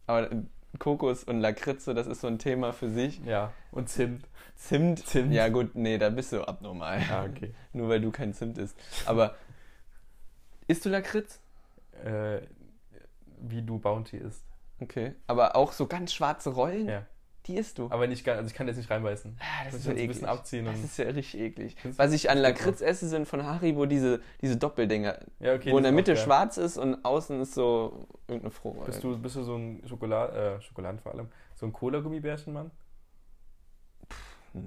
S2: Aber äh, Kokos und Lakritze, das ist so ein Thema für sich.
S4: Ja. Und Zimt.
S2: Zimt.
S4: Zimt.
S2: Ja gut, nee, da bist du abnormal.
S4: Ah, okay.
S2: Nur weil du kein Zimt isst. Aber isst du Lakritz?
S4: Äh, wie du Bounty isst.
S2: Okay. Aber auch so ganz schwarze Rollen,
S4: Ja.
S2: die isst du.
S4: Aber nicht ganz, also ich kann jetzt nicht reinbeißen.
S2: Ah, das
S4: Muss ich
S2: ist
S4: jetzt
S2: ja
S4: ein
S2: eklig.
S4: bisschen abziehen
S2: das
S4: und-
S2: ist ja richtig eklig.
S4: Das-
S2: Was ich an
S4: das geht
S2: Lakritz esse, sind von Haribo diese, diese Doppeldinger,
S4: Ja, okay.
S2: wo in
S4: das
S2: der
S4: ist
S2: Mitte
S4: auch geil.
S2: schwarz ist und außen ist so irgendeine Frohrolle.
S4: Bist du, bist du so ein Schokolad, äh, Schokoladen vor allem, so ein Cola-Gummibärchen-Mann?
S2: Nee.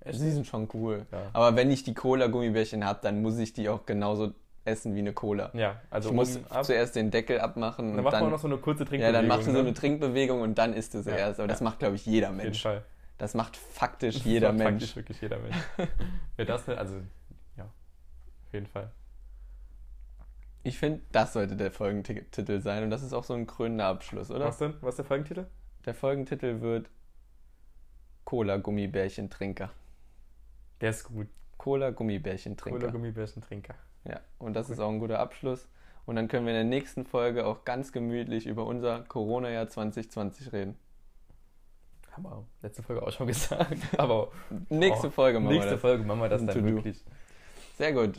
S4: Echt
S2: Die sind schon cool.
S4: Ja.
S2: Aber wenn ich die Cola-Gummibärchen habe, dann muss ich die auch genauso essen wie eine Cola.
S4: Ja, also
S2: ich muss
S1: um
S4: oben ab.
S2: zuerst den Deckel abmachen
S4: Dann
S2: und
S4: macht
S2: dann,
S4: man noch so eine kurze
S2: ja,
S4: Trinkbewegung.
S2: dann machst du so
S4: ne?
S2: eine Trinkbewegung und dann isst du es
S4: Ja,
S2: erst. Aber das macht, glaube ich, jeder
S4: Auf jeden
S2: Mensch.
S4: Fall.
S2: Das macht faktisch jeder
S4: Das macht
S2: Mensch.
S4: Praktisch wirklich jeder Mensch. Wer das nicht, also, ja. Auf jeden Fall.
S2: Ich finde, das sollte der Folgentitel sein und das ist auch so ein krönender Abschluss, oder?
S4: Was denn? Was ist der Folgentitel?
S2: Der Folgentitel wird Cola-Gummibärchen-Trinker.
S4: Der ist gut.
S2: Cola-Gummibärchen-Trinker.
S4: Cola-Gummibärchen-Trinker.
S2: Ja, und das ist auch ein guter Abschluss. Und dann können wir in der nächsten Folge auch ganz gemütlich über unser Corona-Jahr 2020 reden.
S4: Haben wir letzte Folge auch schon gesagt. Aber
S2: Nächste Folge machen
S4: Oh, nächste
S2: wir das.
S4: Folge machen wir das
S2: Das ist
S4: dann
S2: ein To-Do.
S4: wirklich.
S2: Sehr gut.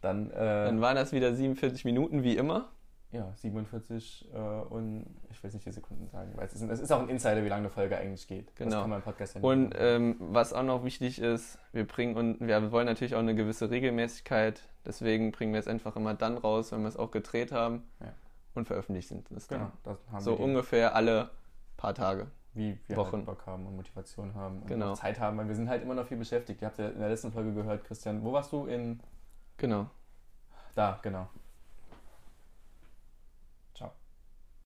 S1: Dann, äh,
S2: Dann waren das wieder 47 Minuten, wie immer.
S1: ja, 47 äh, und ich will es nicht die Sekunden sagen, weil es ist, ein- es ist auch ein Insider, wie lange eine Folge eigentlich geht.
S2: Genau.
S1: Das kann man im Podcast ja nicht
S2: Und
S4: äh,
S1: machen.
S2: ähm, was auch noch wichtig ist, wir bringen und wir wollen natürlich auch eine gewisse Regelmäßigkeit. Deswegen bringen wir es einfach immer dann raus, wenn wir es auch gedreht haben
S1: Ja.
S2: und veröffentlicht sind. es
S1: genau,
S2: dann.
S1: das haben
S2: So
S1: wir die,
S2: ungefähr alle paar Tage.
S1: wie wir
S2: Wochen.
S1: Halt Bock haben und Motivation haben und
S2: Genau.
S1: auch Zeit haben, weil wir sind halt immer noch viel beschäftigt. Ihr habt ja in der letzten Folge gehört, Christian, wo warst du in
S2: Genau.
S1: da, genau.